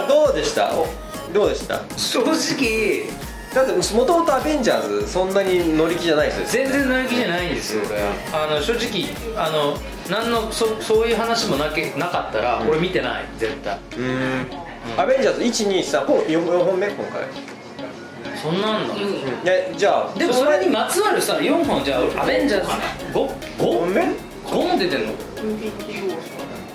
おどうでしたおどうでした 正直だってもともとアベンジャーズそんなに乗り気じゃないですよ全然乗り気じゃないんですよ俺はあの正直あの何のそそういう話もなけなかったら俺見てない絶対うんアベンジャーズ123本4本目今回そんなんだえじゃあでもそれにまつわるさ4本じゃあアベンジャーズ5本 5?5? 目5も出てんの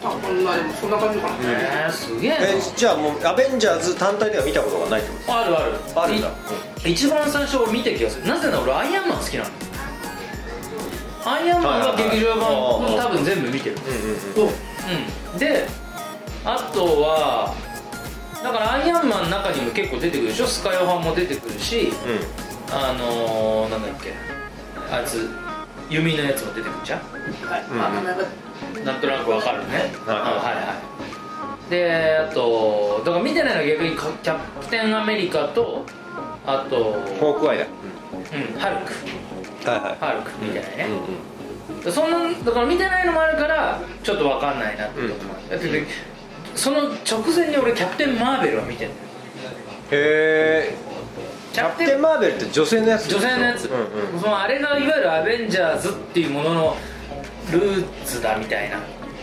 あこんなでもそんな感じかな、えー、すげええじゃあもうアベンジャーズ単体では見たことがないってこなあるあるとあるんだい一番最初俺見た気がするなぜなら俺アイアンマン好きなのアイアンマンは劇場版はいはいはい多分全部見てるうんうんうんうんであとはだからアイアンマンの中にも結構出てくるでしょスカヨハンも出てくるしうあのー、なんだっけあいつ弓のやつも出てくるじゃんはいまあ名前がなんとなくわかるねはいあはいはいであとだから見てないのは逆にかキャプテンアメリカとあとんフォークアイだうんハルクはいはいハルク見てないね、うんうんそんなだから見てないのもあるからちょっと分かんないなって、うんだってねその直前に俺キャプテン・マーベルは見てるへえキャプテンマーベルって女性のやつ女性のやつ、うんうんそのあれがいわゆるアベンジャーズっていうもののルーツだみたいな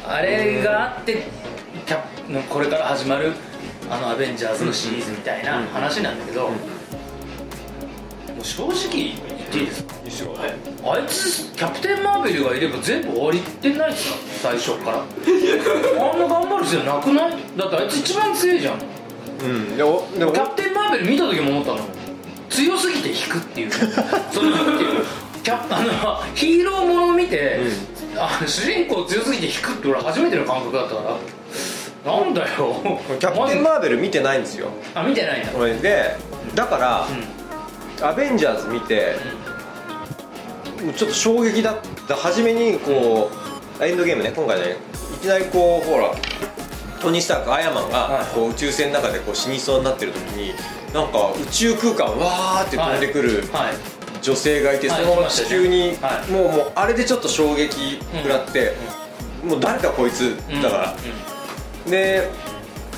あれがあってキャプこれから始まるあのアベンジャーズのシリーズみたいな話なんだけど、もう正直言っていいですか、いいっすよあいつキャプテン・マーベルがいれば全部終わりってないっすか最初 からあんな頑張る必要なくないだってあいつ一番強いじゃんキうんでおでも ャプテン・マーベル見た時も思ったの強すぎて引くっていうそのなんていうのキャあのヒーローものを見て、あの主人公強すぎて引くって俺初めての感覚だったからなんだよキャプテン・マーベル見てないんですよあ見てないんだ俺でだから、アベンジャーズ見て、ちょっと衝撃だった初めにこう、エンドゲームね今回ねいきなりこうほらトニー・スタークアイアンマンはがいこう宇宙船の中でこう死にそうになってる時になんか宇宙空間わーって飛んでくるはい女性がいて、はいそのま来まました地ね球に、はいもうもうあれでちょっと衝撃食らって、もう誰かこいつうんだから、うで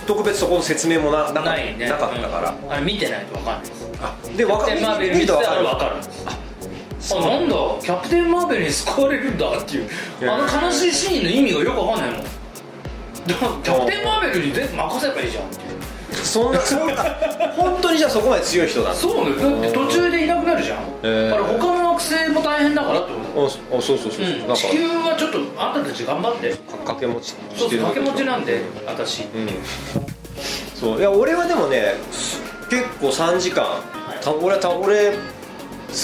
特別そこの説明もななんかないねなかったから、うんあれ見てないと分かんないですあでわかキャプテンマーベル見見るてとたわからる分かるあなんだキャプテン・マーベルに救われるんだっていうやあの悲しいシーンの意味がよく分かんないもんだからキャプテン・マーベルに全部任せばいいじゃんっていうそんなそ んな本当にじゃあそこまで強い人だそうねだって途中でいなくなるじゃん、えーあれ他の惑星も大変だからってこおあそうそうそうそと、う、う、なんん地球はちょっとあんたたち頑張ってか掛け持ちしてるそうそう掛け持ちなんで私うんそういや俺はでもね結構3時間た俺はた俺好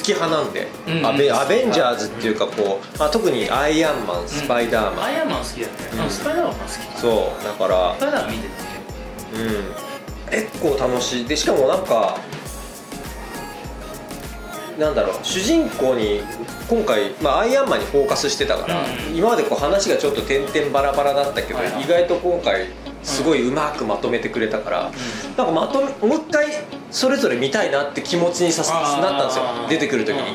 き派なんで、うんうんアベアベンジャーズっていうかこう、まあ、特にアイアンマンスパイダーマン、アイアンマン好きだよね、あのスパイダーマン好きスそうだからパイダーマン見てたねうん結構楽しいでしかもなんかなんだろう主人公に今回、まあ、アイアンマンにフォーカスしてたから、うん今までこう話がちょっと点々バラバラだったけど、はいはい意外と今回すごいうまくまとめてくれたから、なんかまとめもう一回それぞれ見たいなって気持ちにさあーなったんですよ出てくる時うんうんに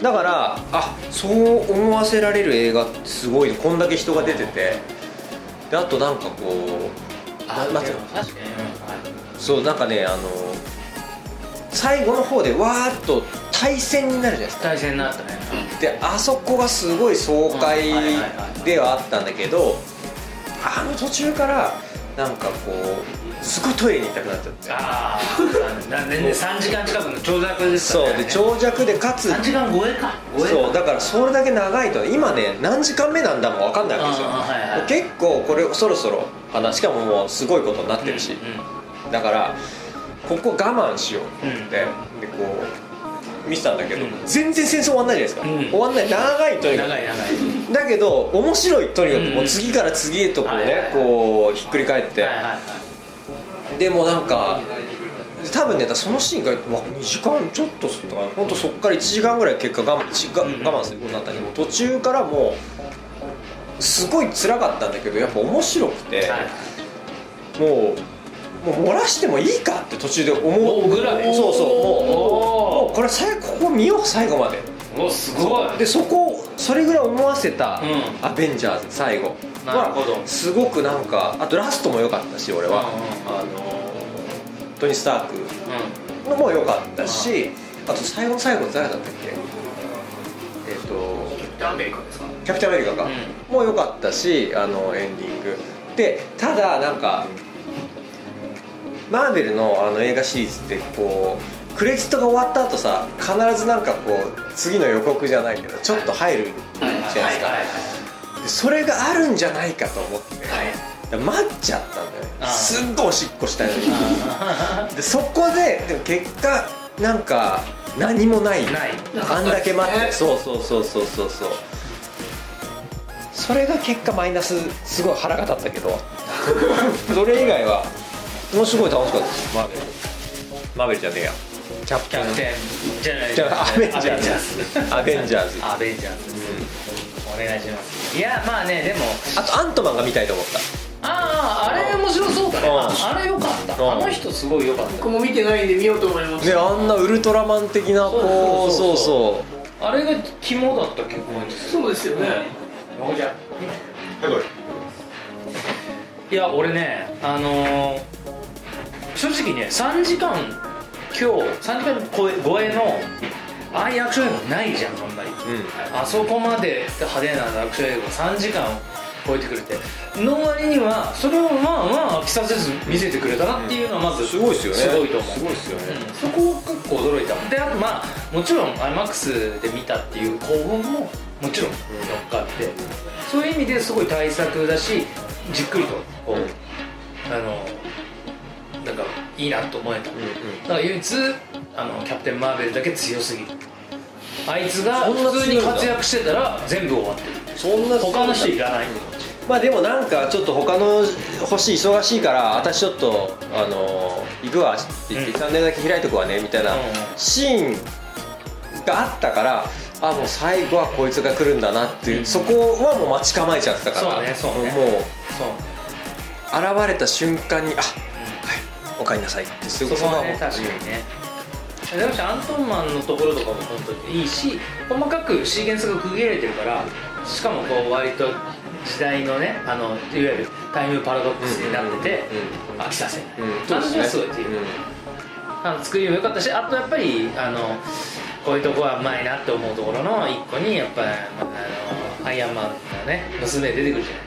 だからあそう思わせられる映画ってすごいねこんだけ人が出ててであとなんかこうななんていうの確かに、そうなんかねあの最後の方でわーっと対戦になるじゃないですか対戦になったね、であそこがすごい爽快うんはいはいはいはいではあったんだけどあの途中からなんかこうすごいトイレに行きたくなっちゃってああなんでね3時間近くの長尺ですかそらうねで長尺でかつ3時間超えか超えかそうだからそれだけ長いと今ね何時間目なんだも分かんないわけですよ、うんうんはいはい結構これそろそろ話しかももうすごいことになってるし、うだからここ我慢しようと思って、でこう見てたんだけど、うん全然戦争終わんないじゃないうですか、ん終わんない長いとんにか長い長いくだけど面白いとにかく、うんもう次から次へとこうね、はいはいはいこうひっくり返って、はいはいはいでもなんか多分ねそのシーンがうわ2時間ちょっとするとか本当そっから1時間ぐらい結果我慢しがうん我慢することになったけど途中からもうすごい辛かったんだけどやっぱ面白くて、はいもうもう漏らしてもいいかって途中で思おうぐらいそうそうもうおーもうこれ最後ここ見よう最後までおすごいでそこそれぐらい思わせた「うアベンジャーズ」最後なるほどはすごくなんかあとラストも良かったし俺は、うんうんあのトニー・スタークうのも良かったし、あと最後の最後誰だったっけえっ、とダンベリカですかキャプテンアメリカか、うんも良かったしあのエンディングでただなんかマーベルのあの映画シリーズってこうクレジットが終わった後さ必ずなんかこう次の予告じゃないけどちょっと入るじゃないですか、はいでそれがあるんじゃないかと思って、はいはい待っちゃったんだよねあーすっごいおしっこしたいのにあでそこででも結果なんか何もないーないあんだけ待ってねそうそうそうそうそうそうそれが結果マイナスすごい腹が立っ たけどそれ以外はもうすごい楽しかったですマーベルマーベルじゃねえやキャプキテャプンテンじゃないじゃあアベンジャーズアアベベンンジジャャーーズズアベンジャーズお願いしますいやまあねでもあとアントマンが見たいと思ったあああれ面白そうだねうんあれよかったうんあの人すごいよかっ僕も見てないんで見ようと思いますねあんなウルトラマン的なこうそそうそううそそうたあれが肝だった結構そうですよねほじゃいや俺ねあのー正直ね3時間今日3時間超え超えのああいうアクション映画ないじゃんあんまり、あそこまで派手なアクション映画を3時間超えてくれての割にはそれをまあまあ飽きさせず見せてくれたなっていうのはまずすごいですよねすごいと思うすごいですよねうんそこを結構驚いたもんであとまあもちろん iMAX で見たっていう興奮ももちろん乗っかって、そういう意味ですごい対策だしじっくりとこう、うんあのなんかいいなと思えた、だから唯一あのキャプテン・マーベルだけ強すぎるあいつがそんな強いんだ普通に活躍してたら全部終わってるそんな他の人いらないまあでもなんかちょっと他の星忙しいから私ちょっとあのー行くわって言ってうんチャンネルだけ開いとくわねみたいなうんシーンがあったからあもう最後はこいつが来るんだなっていう、うんそこはもう待ち構えちゃってたからそうねそうねもそうう現れた瞬間にあはいおかえりなさいってすぐそこはもねう確かにねでもしアントンマンのところとかも本当にいいし細かくシーケンスが区切れてるからしかもこう割と時代のねあのいわゆるタイムパラドックスになってて飽きさせない、うんうんうん感じがすごいっていう、あの作りも良かったしあとやっぱりあのこういうとこはうまいなって思うところの一個にやっぱり、まあ、あのアイアンマンのね娘出てくるじゃない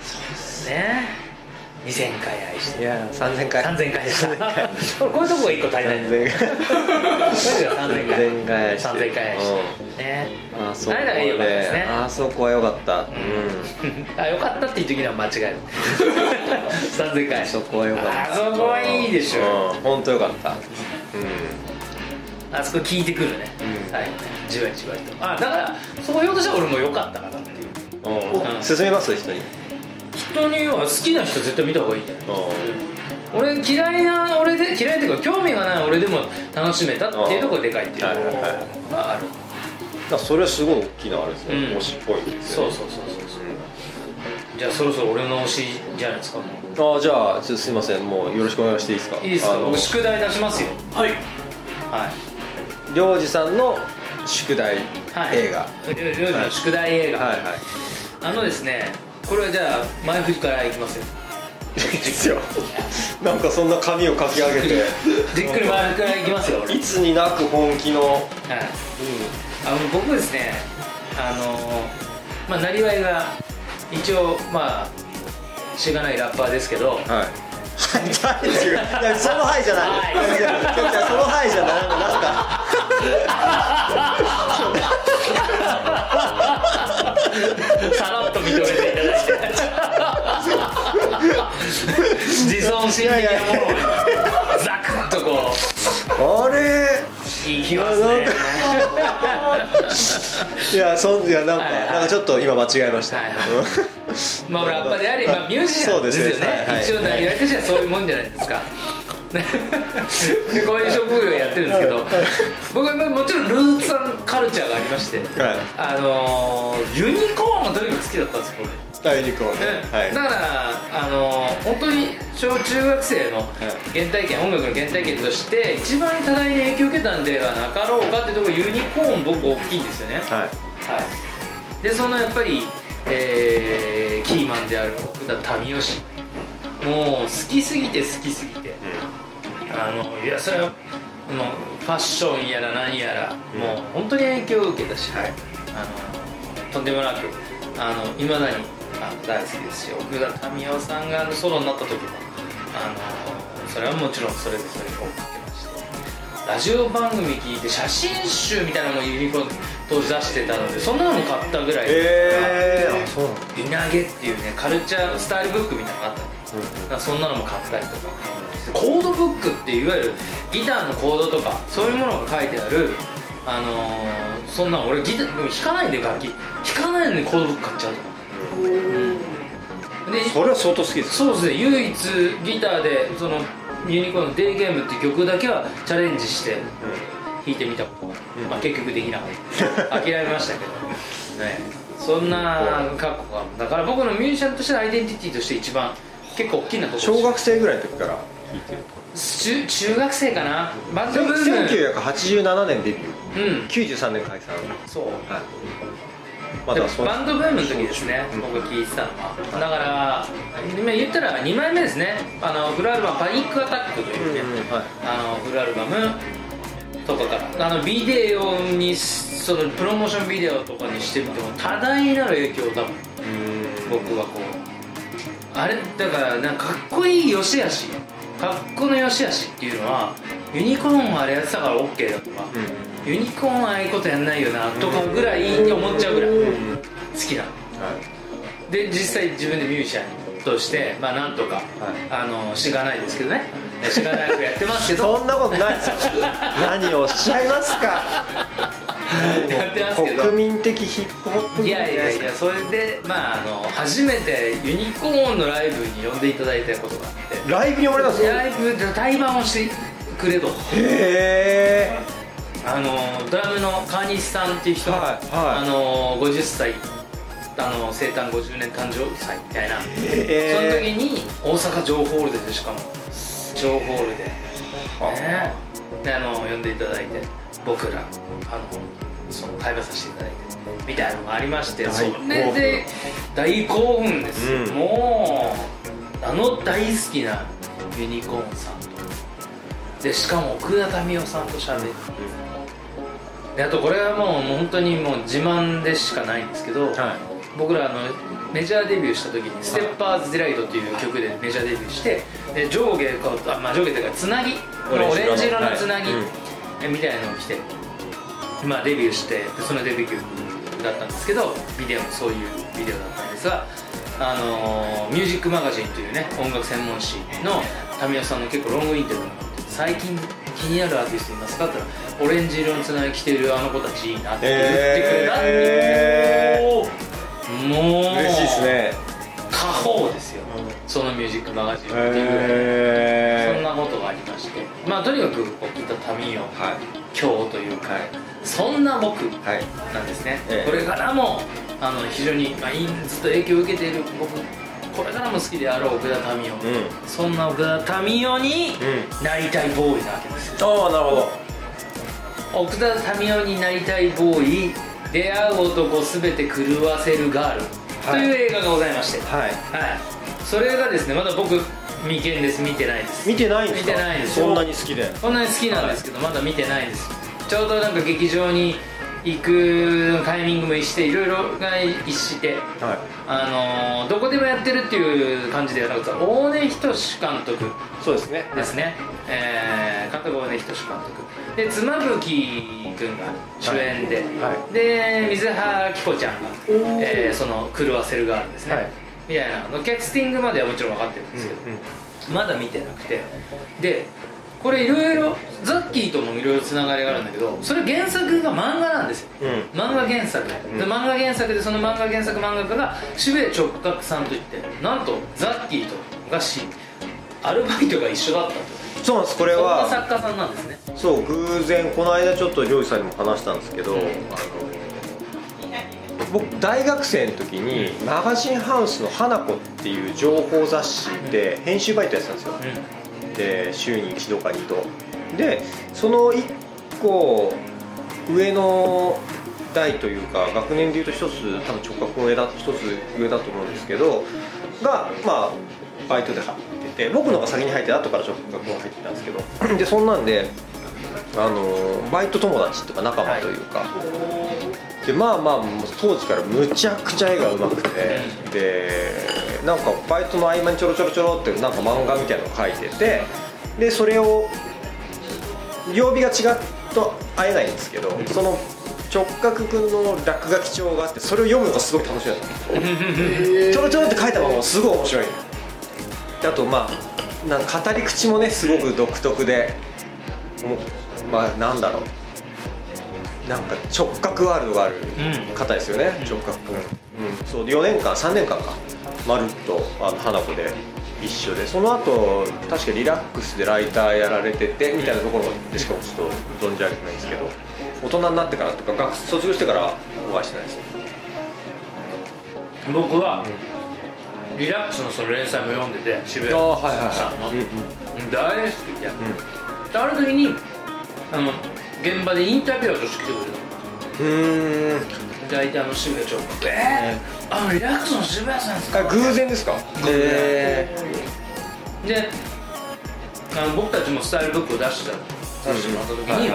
そうですね2000回愛しいてやー3000回3000回でした3000回これこういうとこが一個足りないんだよ3000回3000回3000回愛して3000回愛してねあそこあれだけ良かったですねねあそこは良かった、うんあよかったって言う時には間違え る3000回あそこは良かったあそこはいいでしょ、うん、本当良かった、うん、あそこ聞いてくるね、うんはいじわりじわりとあだからそこひょっとしたら俺も良かったかなっていうお進みます人に人には好きな人絶対見た方がいいんじゃないうん俺嫌いな俺で嫌いっていうか興味がない俺でも楽しめたっていうところでかいっていうはいはいのはがあるだからそれはすごい大きなあれですね、うん推しっぽいですそねうそうそうそうじゃあそろそろ俺の推しじゃないですかもううんあじゃあちょっとすいませんもうよろしくお願いしていいですかいいですあかの僕宿題出しますよはいはい良二さんの宿題はい映画、料理の宿題映画、はいはいあのですねこれはじゃあ前振りからいきますよいいですよなんかそんな紙を書き上げてじっくり前振りからいきます よ俺はいいつになく本気の、あの僕ですねあのまあなりわいが一応まあしがないラッパーですけどはい。 はい、違う。いやそのはいじゃない。はいいや違う違うそのはいじゃない。なん か。さらっと認めていただいて自尊心的なものをザクッとこあれ。ういきますねいや、そん、いや、なんか、はいはいなんかちょっと今間違えました。はいはいうんまあラッパーであり、まあ、ミュージシャンですよね一応大学としてはそういうもんじゃないですかでこういう職業やってるんですけど僕はもちろんルーツさんカルチャーがありましてはい。あのーユニコーンがとにかく好きだったんですよ僕大陸をね。はい。だからあの本当に小中学生の原体験、音楽の原体験として一番多大に影響を受けたんではなかろうかってところユニコーン僕大きいんですよねははい。いでそのやっぱり、えーキーマンである奥田民生氏もう好きすぎて好きすぎてあのいやそれはあのファッションやら何やら、うんもう本当に影響を受けたし、あのとんでもなくあの未だにあの大好きですし奥田民生さんがあのソロになった時もあのそれはもちろんそれぞれを追っかけましてラジオ番組聞いて写真集みたいなのもユニコーン当時出してたのでそんなのも買ったぐらいええー。あ、そうなんだ。 「稲毛」っていうねカルチャースタイルブックみたいなのがあったのうんだからそんなのも買ったりとかコードブックっていわゆるギターのコードとかそういうものが書いてあるあのーそんな俺ギターでも弾かないんで楽器弾かないのにコードブック買っちゃうとかでそれは相当好きです。そうですね唯一ギターでそのユニコーンの「デイゲーム」っていう曲だけはチャレンジして弾いてみたことがあるまあ、結局できなかった諦めましたけどねそんな過去がだから僕のミュージシャンとしてのアイデンティティとして一番結構大きなところ小学生ぐらいの時から。中中学生かなバンドブーム1987年デビュー。うん93年解散。はい。そうまでだもそう。バンドブームの時ですね僕聞いてたのはだから今言ったら2枚目ですねあのフルアルバム「パニックアタック」とうんいううね、んはい。あのフルアルバムとかからあのビデオにそのプロモーションビデオとかにしてみても多大なる影響を多分僕はこうあれだからなんかかっこいいよしあしかっこのよしあしっていうのはユニコーンあれやってたから OK だとか、ユニコーンああいうことやんないよなとかぐらいって思っちゃうぐらい好きなので実際自分でミュージシャンとしてまあなんとか、あのしがないですけどね しがないくやってますけどそんなことないですよ何をおっしゃいますかやってますけど国民的ヒップホップいじゃなやいいでやすいかやそれでまああの初めてユニコーンのライブに呼んでいただいたことがあっライブに呼ばれたんですてよライブで対バンをしてくれとへあのドラムの川西さんっていう人、はいはいあの50歳あの生誕50年誕生祭みたいな、えへその時えに大阪城ホールでしかも城ホールでねであの呼んでいただいて僕らあのその対話させていただいてみたいなのがありましてそ大興奮れで大興奮ですよ、うんもうあの大好きなユニコーンさんとでしかも奥田民生さんと喋ってであとこれはもうもう本当にもう自慢でしかないんですけど、は僕らあのメジャーデビューした時に「ステッパーズ・ディライト」っていう曲でメジャーデビューしてで上下こうあ、まあ、上下というかつなぎオレオンジ色のレンジ色のつなぎはいみたいなのを着て、まあ、デビューしてでそのデビュー曲だったんですけどビデオもそういうビデオだったんですが「あのーミュージックマガジン」というね音楽専門誌の民生さんの結構ロングインタビューになって最近気になるアーティストいますか?」って言ったら「オレンジ色のつなぎ着てるあの子たちいいな」って言ってくれたんですへよもうい嬉しいですね過方ですよそのミュージックマガジンっていうぐらいそんへなことがありましてまあとにかく沖田民え生はい今日というか、はいそんな僕はいなんですね、ええこれからもあの非常に、まあ、いいずっと影響を受けている僕これからも好きであろう奥田民生、うそんな奥田民生にうなりたいボーイなわけですよああなるほど奥田民生になりたいボーイ出会う男すべて狂わせるガール、はいという映画がございましてははいい、それがですねまだ僕未見です見てないです見てないんですか見てないですそんなに好きでこんなに好きなんですけど、まだ見てないですちょうどなんか劇場に行くタイミングも一していろいろが一してはあのーどこでもやってるっていう感じではなくて大根仁監督いそうですねですね、えー、監督大根仁監督で妻夫木君が主演で、はで水原希子ちゃんが、おーえーその狂わせるガールですね、はいみたいなのキャスティングまではもちろん分かってるんうでんすけど、うんまだ見てなくてでこれいろいろザッキーともいろいろつながりがあるんだけどそれ原作が漫画なんですよ、うん漫画原作、で漫画原作でその漫画原作漫画家が渋谷直角さんといってなんとザッキーとがしアルバイトが一緒だったとそうなんですこれそんなは作家さんなんですねそう偶然この間ちょっと漁師さんにも話したんですけど、うんあの僕大学生の時にマガジンハウスの「花子」っていう情報雑誌で編集バイトやってたんですよ、で週に1度か2度でその1個上の代というか学年でいうと一つ多分直角の上だ一つ上だと思うんですけどがまあバイトで入ってて僕の方が先に入って後から直角が入ってたんですけどでそんなんであのバイト友達とか仲間というか、でまあまあもう当時からむちゃくちゃ絵がうまくてでなんかバイトの合間にちょろちょろちょろってなんか漫画みたいなのを描いててでそれを曜日が違うと会えないんですけどその直角くんの落書き帳があってそれを読むのがすごい楽しいんですえちょろちょろって書いたまますごい面白いであとまあなんか語り口もねすごく独特でもうまあなんだろうなんか直角ワールドがあるうん方ですよね、直角君、うん、そう4年間3年間かまるっとあの花子で一緒でその後確かリラックスでライターやられててみたいなところでしかもちょっと存じ上げてないんですけど大人になってからとか学卒業してからお会いしてないですね僕は、リラックスのその連載も読んでて渋谷はいはいさんの、うんうん大好きで、ある時にあの現場でインタビュアーとして来てくれたのうーん大体あの渋谷長官えー、あのリラックスの渋谷さんですかあ偶然ですかへであの僕たちもスタイルブックを出してた出してもらった時に、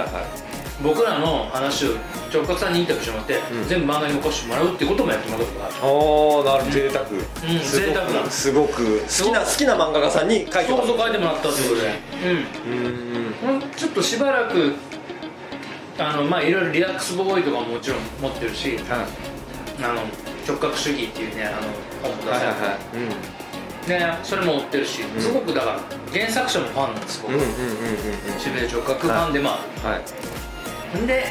僕らの話を直角さんにインタビューしてもらって、うん全部漫画に起こしてもらうってこともやってもらったことがあるおおなる贅沢、んすごく贅沢なすごく好きな好きな漫画家さんに書いてそうそうう書いてもらったってことでうんううんんちょっとしばらくあのまあいろいろリラックスボーイとかももちろん持ってるしはいあの直角主義っていうねあの本も出はいされててはいうんねそれも追ってるし、すごくだから原作者もファンなんです僕、うんうんうんうんうん渋谷直角ファンでまあ、はいんで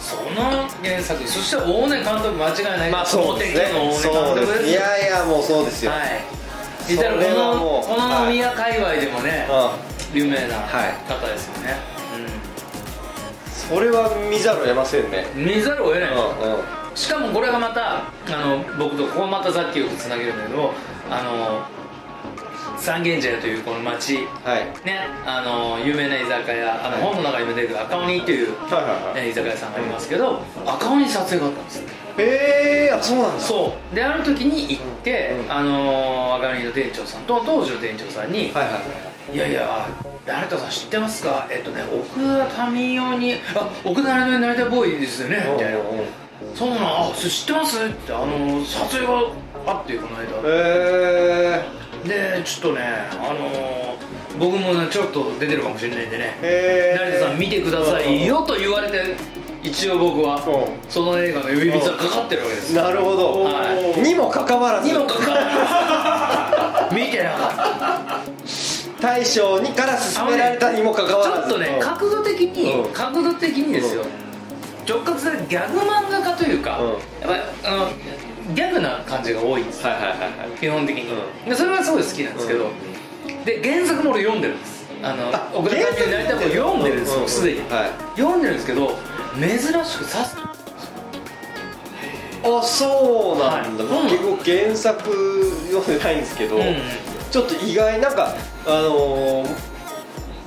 その原作そして大根監督間違いないまあそうですね大根監督ですいやいやもうそうですよ、はいそれは言ったらこもうのこの飲み屋界隈でもね、う有名なはい方ですよね、ん、それは見ざるを得ませんねうん、見ざるを得ない、うんうんしかもこれがまたあの僕とここまたさっきよくつなげるんだけどあの三軒茶屋というこの町はいね、あの有名な居酒屋あの、本の中にも出てくる赤鬼という、はいはいはいね居酒屋さんがありますけど、赤鬼に撮影があったんですよええあそうなんだそうである時に行って、うんあの赤鬼の店長さんと当時の店長さんに「はいはいはいい、やいや誰かさん知ってますかえっとね奥田民生に「あ奥田民生になりたいボーイですよね」みたいなうんうん「そうなのあそれ知ってます?」ってあの撮影があってこの間えでちょっとねあのー僕もねちょっと出てるかもしれないんでね、へー成田さん見てくださいよと言われて一応僕はうその映画の呼び水はかかってるわけですー、なるほど、はにもかかわらずにもかかわらず見てなかっ大将にからた勧められたにもかかわちょらっずとねうん角度的うにん角度的にですよ直角でギャグ漫画家というか、うんやっぱりあのギャグな感じが多いんですよはいはいはいはい基本的に、うでそれはすごい好きなんですけど、で原作も俺読んでるんですあのあ奥田民生になりたいも読んでるんですうんうんうよんすでに、はい読んでるんですけど珍しくさすあそうなんだ、はい僕結構原作読んでないんですけど、うんうんちょっと意外なんかあのー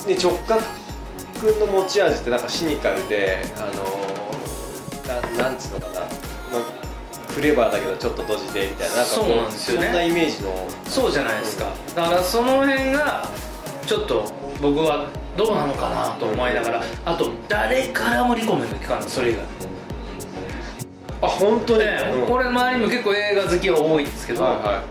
ね、直角君の持ち味ってなんかシニカルであのーななんつうのかな、まあ、クレバーだけどちょっとドジでみたいななんかこそうなんですよねそんなイメージのそうじゃないですかだからその辺がちょっと僕はどうなのかなと思いながらあと誰からもリコメント聞かないそれ以外あ本当に、ねうんこれ周りにも結構映画好きは多いんですけど、は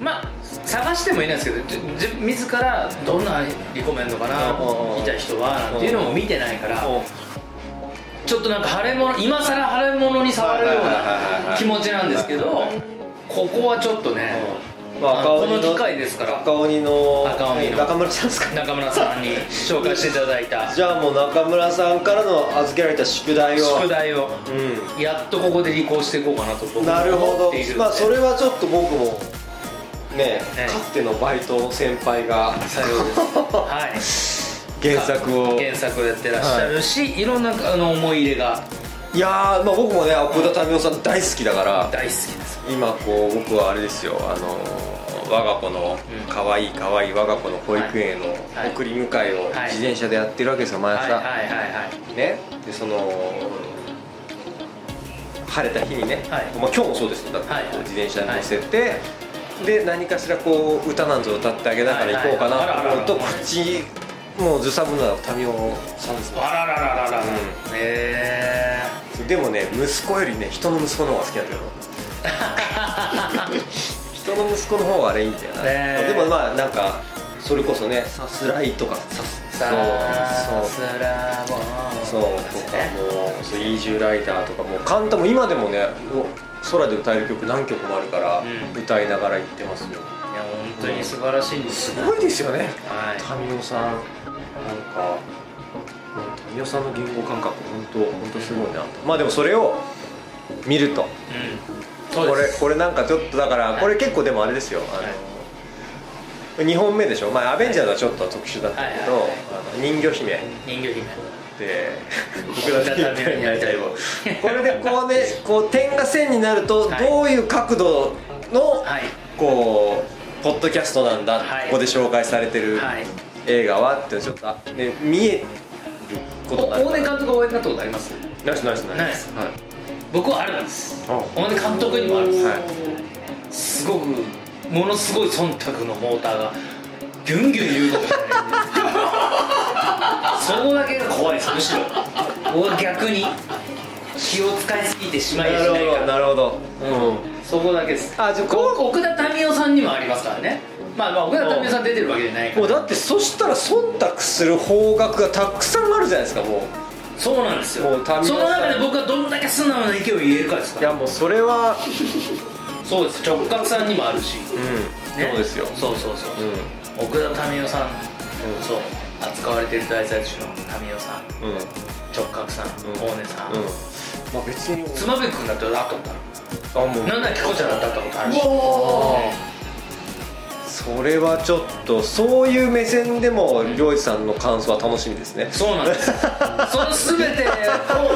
まあ探してもいないですけどじじ自らどんなリコメントかなうん見た人はっていうのも見てないからいはいちょっとなんか腫れ物今さら腫れ物に触れるようはいはいはいはない気持ちなんですけどここはちょっとねまあ、赤こ鬼のの機会ですから赤鬼の赤鬼の中村さんですか中村さんに紹介していただいたじゃあもう中村さんからの預けられた宿題を宿題をうんやっとここで履行していこうかなと僕なるは思ほっているどまあそれはちょっと僕もねねかつてのバイトの先輩がさようです はい原作を原作をやってらっしゃるし、い、ろんなあの思い入れがいやー、まあ、僕もね奥田民生さん大好きだから大好きです今こう僕はあれですよあのー我が子のうん可愛い可愛い我が子の保育園のはい送り迎えをはい自転車でやってるわけですよ毎はいはい朝はいはいねでその晴れた日にね、はいまあ、今日もそうですよだってはいこう自転車に乗せて、で何かしらこう歌なんぞ歌ってあげながら行こうかはいはいなはいと思あらあらうとあら口もうずさぶな民生さんですねあらららららら、うんえでもね息子よりね人の息子の方が好きなん だよ人の息子の方があれいいんだよな、ねえでもまあなんかそれこそねさすらいとかさすー、さそうすらぼうそうとかもうそうイージューライターとかもうカンタも今でもねもう空で歌える曲何曲もあるから、うん歌いながら行ってますよいや本当に素晴らしいんですすよ、ごいですよねはい民生さんなんかうん民生さんの言語感覚本当本当すごいなまあでもそれを見るとうん、こそうでれすこれなんかちょっとだからこれ結構でもあれですよあの、はい2本目でしょ、まあ、アベンジャーズはちょっと特殊だったけど、はいはいはいあの人魚姫人魚姫で僕だってみたいになりたいわこれでこうねこう点が線になるとはいどういう角度のはいこうポッドキャストなんだ、はいここで紹介されてるはい映画はってちょっと、ね、見えることになる大根監督応援になったことありますナイスナイスナイスナイスはい僕はあるんですあ大根監督にもあるんです、はいすごくものすごい忖度のモーターがギュンギュン言うことじゃない そこだけが怖いですむしろ僕は逆に気を使いすぎてしまいやなしるないほかどらなるほど、うんそこだけですあじゃあこう奥田民生さんにもありますからねまあまあ奥田民生さん出てるわけじゃないかもらうだってそしたら忖度する方角がたくさんあるじゃないですかもうそうなんですよもう民生さんその中で僕はどんだけ素直な意見を言えるかですかいらやもうそれはそうです直角さんにもあるし、うん、ねそうですよそうそうそうそう、奥田民生さん、そう扱われてる大祭司の民生さんうん直角さんん大根さんうんまあ別につまべくんだってなったことああもうるなんならキコちゃんだって会ったことあるしそれはちょっとそういう目線でも良一さんの感想は楽しみですねそうなん ですよその全て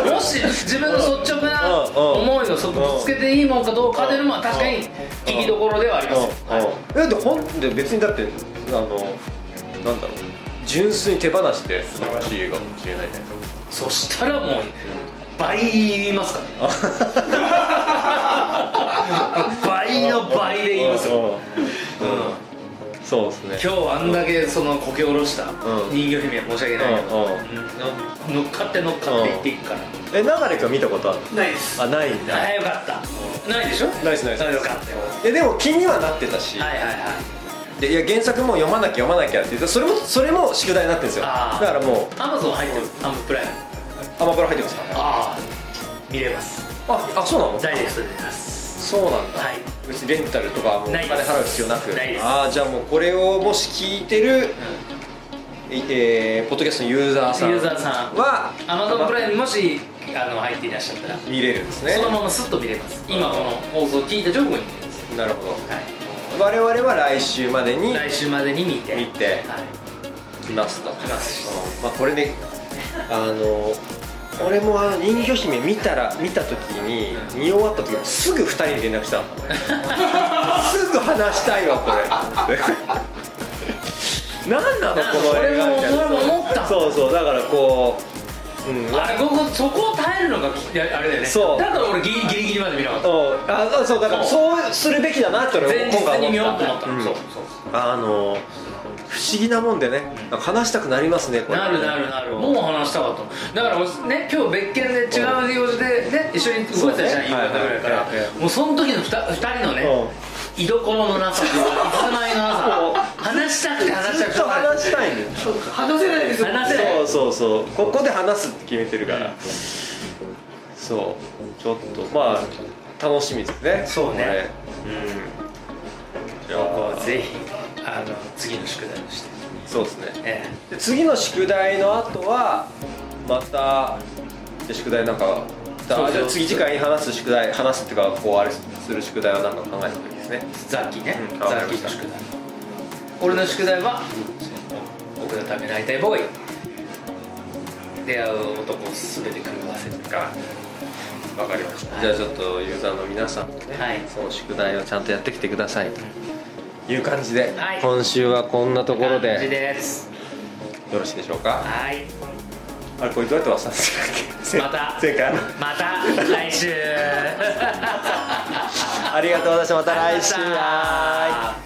をもし自分の率直な思いをそこぶつけていいもんかどうかでも確かに聞きどころではありますようんうんいやで本で別にだってあのなんだろう純粋に手放して素晴らしい映画かもしれないねそしたらもう倍言います からね倍の倍で言いますよ、よそうですね今日あんだけそのこけおろしたうん人魚姫は申し訳ないけど、うん乗っかって乗っかっていっていくから、え流れか見たことあるないですあないんあだあよかったないでしょナイスナイスあよかったよえでも気にはなってたしはいはいはいでいや原作も読まなきゃ読まなきゃって言ってそれもそれも宿題になってるんですよだあーからもアマゾン入ってるアマプライムうアマプラ入ってますからああ見れますああそうなのダイレクトで見れますそうなんだはい別にレンタルとかもうおない金です払う必要なくないですああじゃあもうこれをもし聞いてる、えーポッドキャストのユーザーさんユーザーさんはアマゾンプライムもしあの入っていらっしゃったら見れるんですねそのまますっと見れます今この放送を聞いた直後に見れますなるほどは我々は来週までにい来週までに見て見てはい来ますと来ますうんまあ、これねあの俺もあの人魚姫見たら見た時に見終わった時にすぐ2人に連絡 したのすぐ話したいわこ れ何なのこの映画みたいな俺も俺も思ったそうそうだからこううんあれここそこを耐えるのがきあれだよねそうだから俺ギリギリギリまで見なかったうんあそうだからそうするべきだなって俺前日今回に見よ思うっとた思ったのうんそうあの不思議なもんでねなんか話したくなりますねこれなるなるなるもう話したかっただからもうね今日別件で違う用事でね一緒に動いてたじゃん夕そう方ねぐらいからはいはいはいもうその時の 2, 人のね居所のなさというか居住まいのなそうさ話したくて話したずくってと話したいんだよ話せないですよ話せないそうそうそうここで話すって決めてるからそうちょっとまあ楽しみですねそうねこれうんじゃこうあぜひあの次の宿題としてそうですねえで次の宿題の後はまたで宿題なんかだそうそうじゃあ次次回に話す宿題話すっていうかこうあれする宿題はなんか考えてもいいですねえザッキーねうんザッキーの宿題俺の宿題は僕のための会いたいボーイ出会う男を全て狂わせるかわかりましたじゃあちょっとユーザーの皆さんもねはいその宿題をちゃんとやってきてくださいという感じで、はい今週はこんなところ感じでですよろしいでしょうかはいあれこれどうやって忘れてたまた正解 また来週ありがとうございましたまた来週ありがとうございましたはーい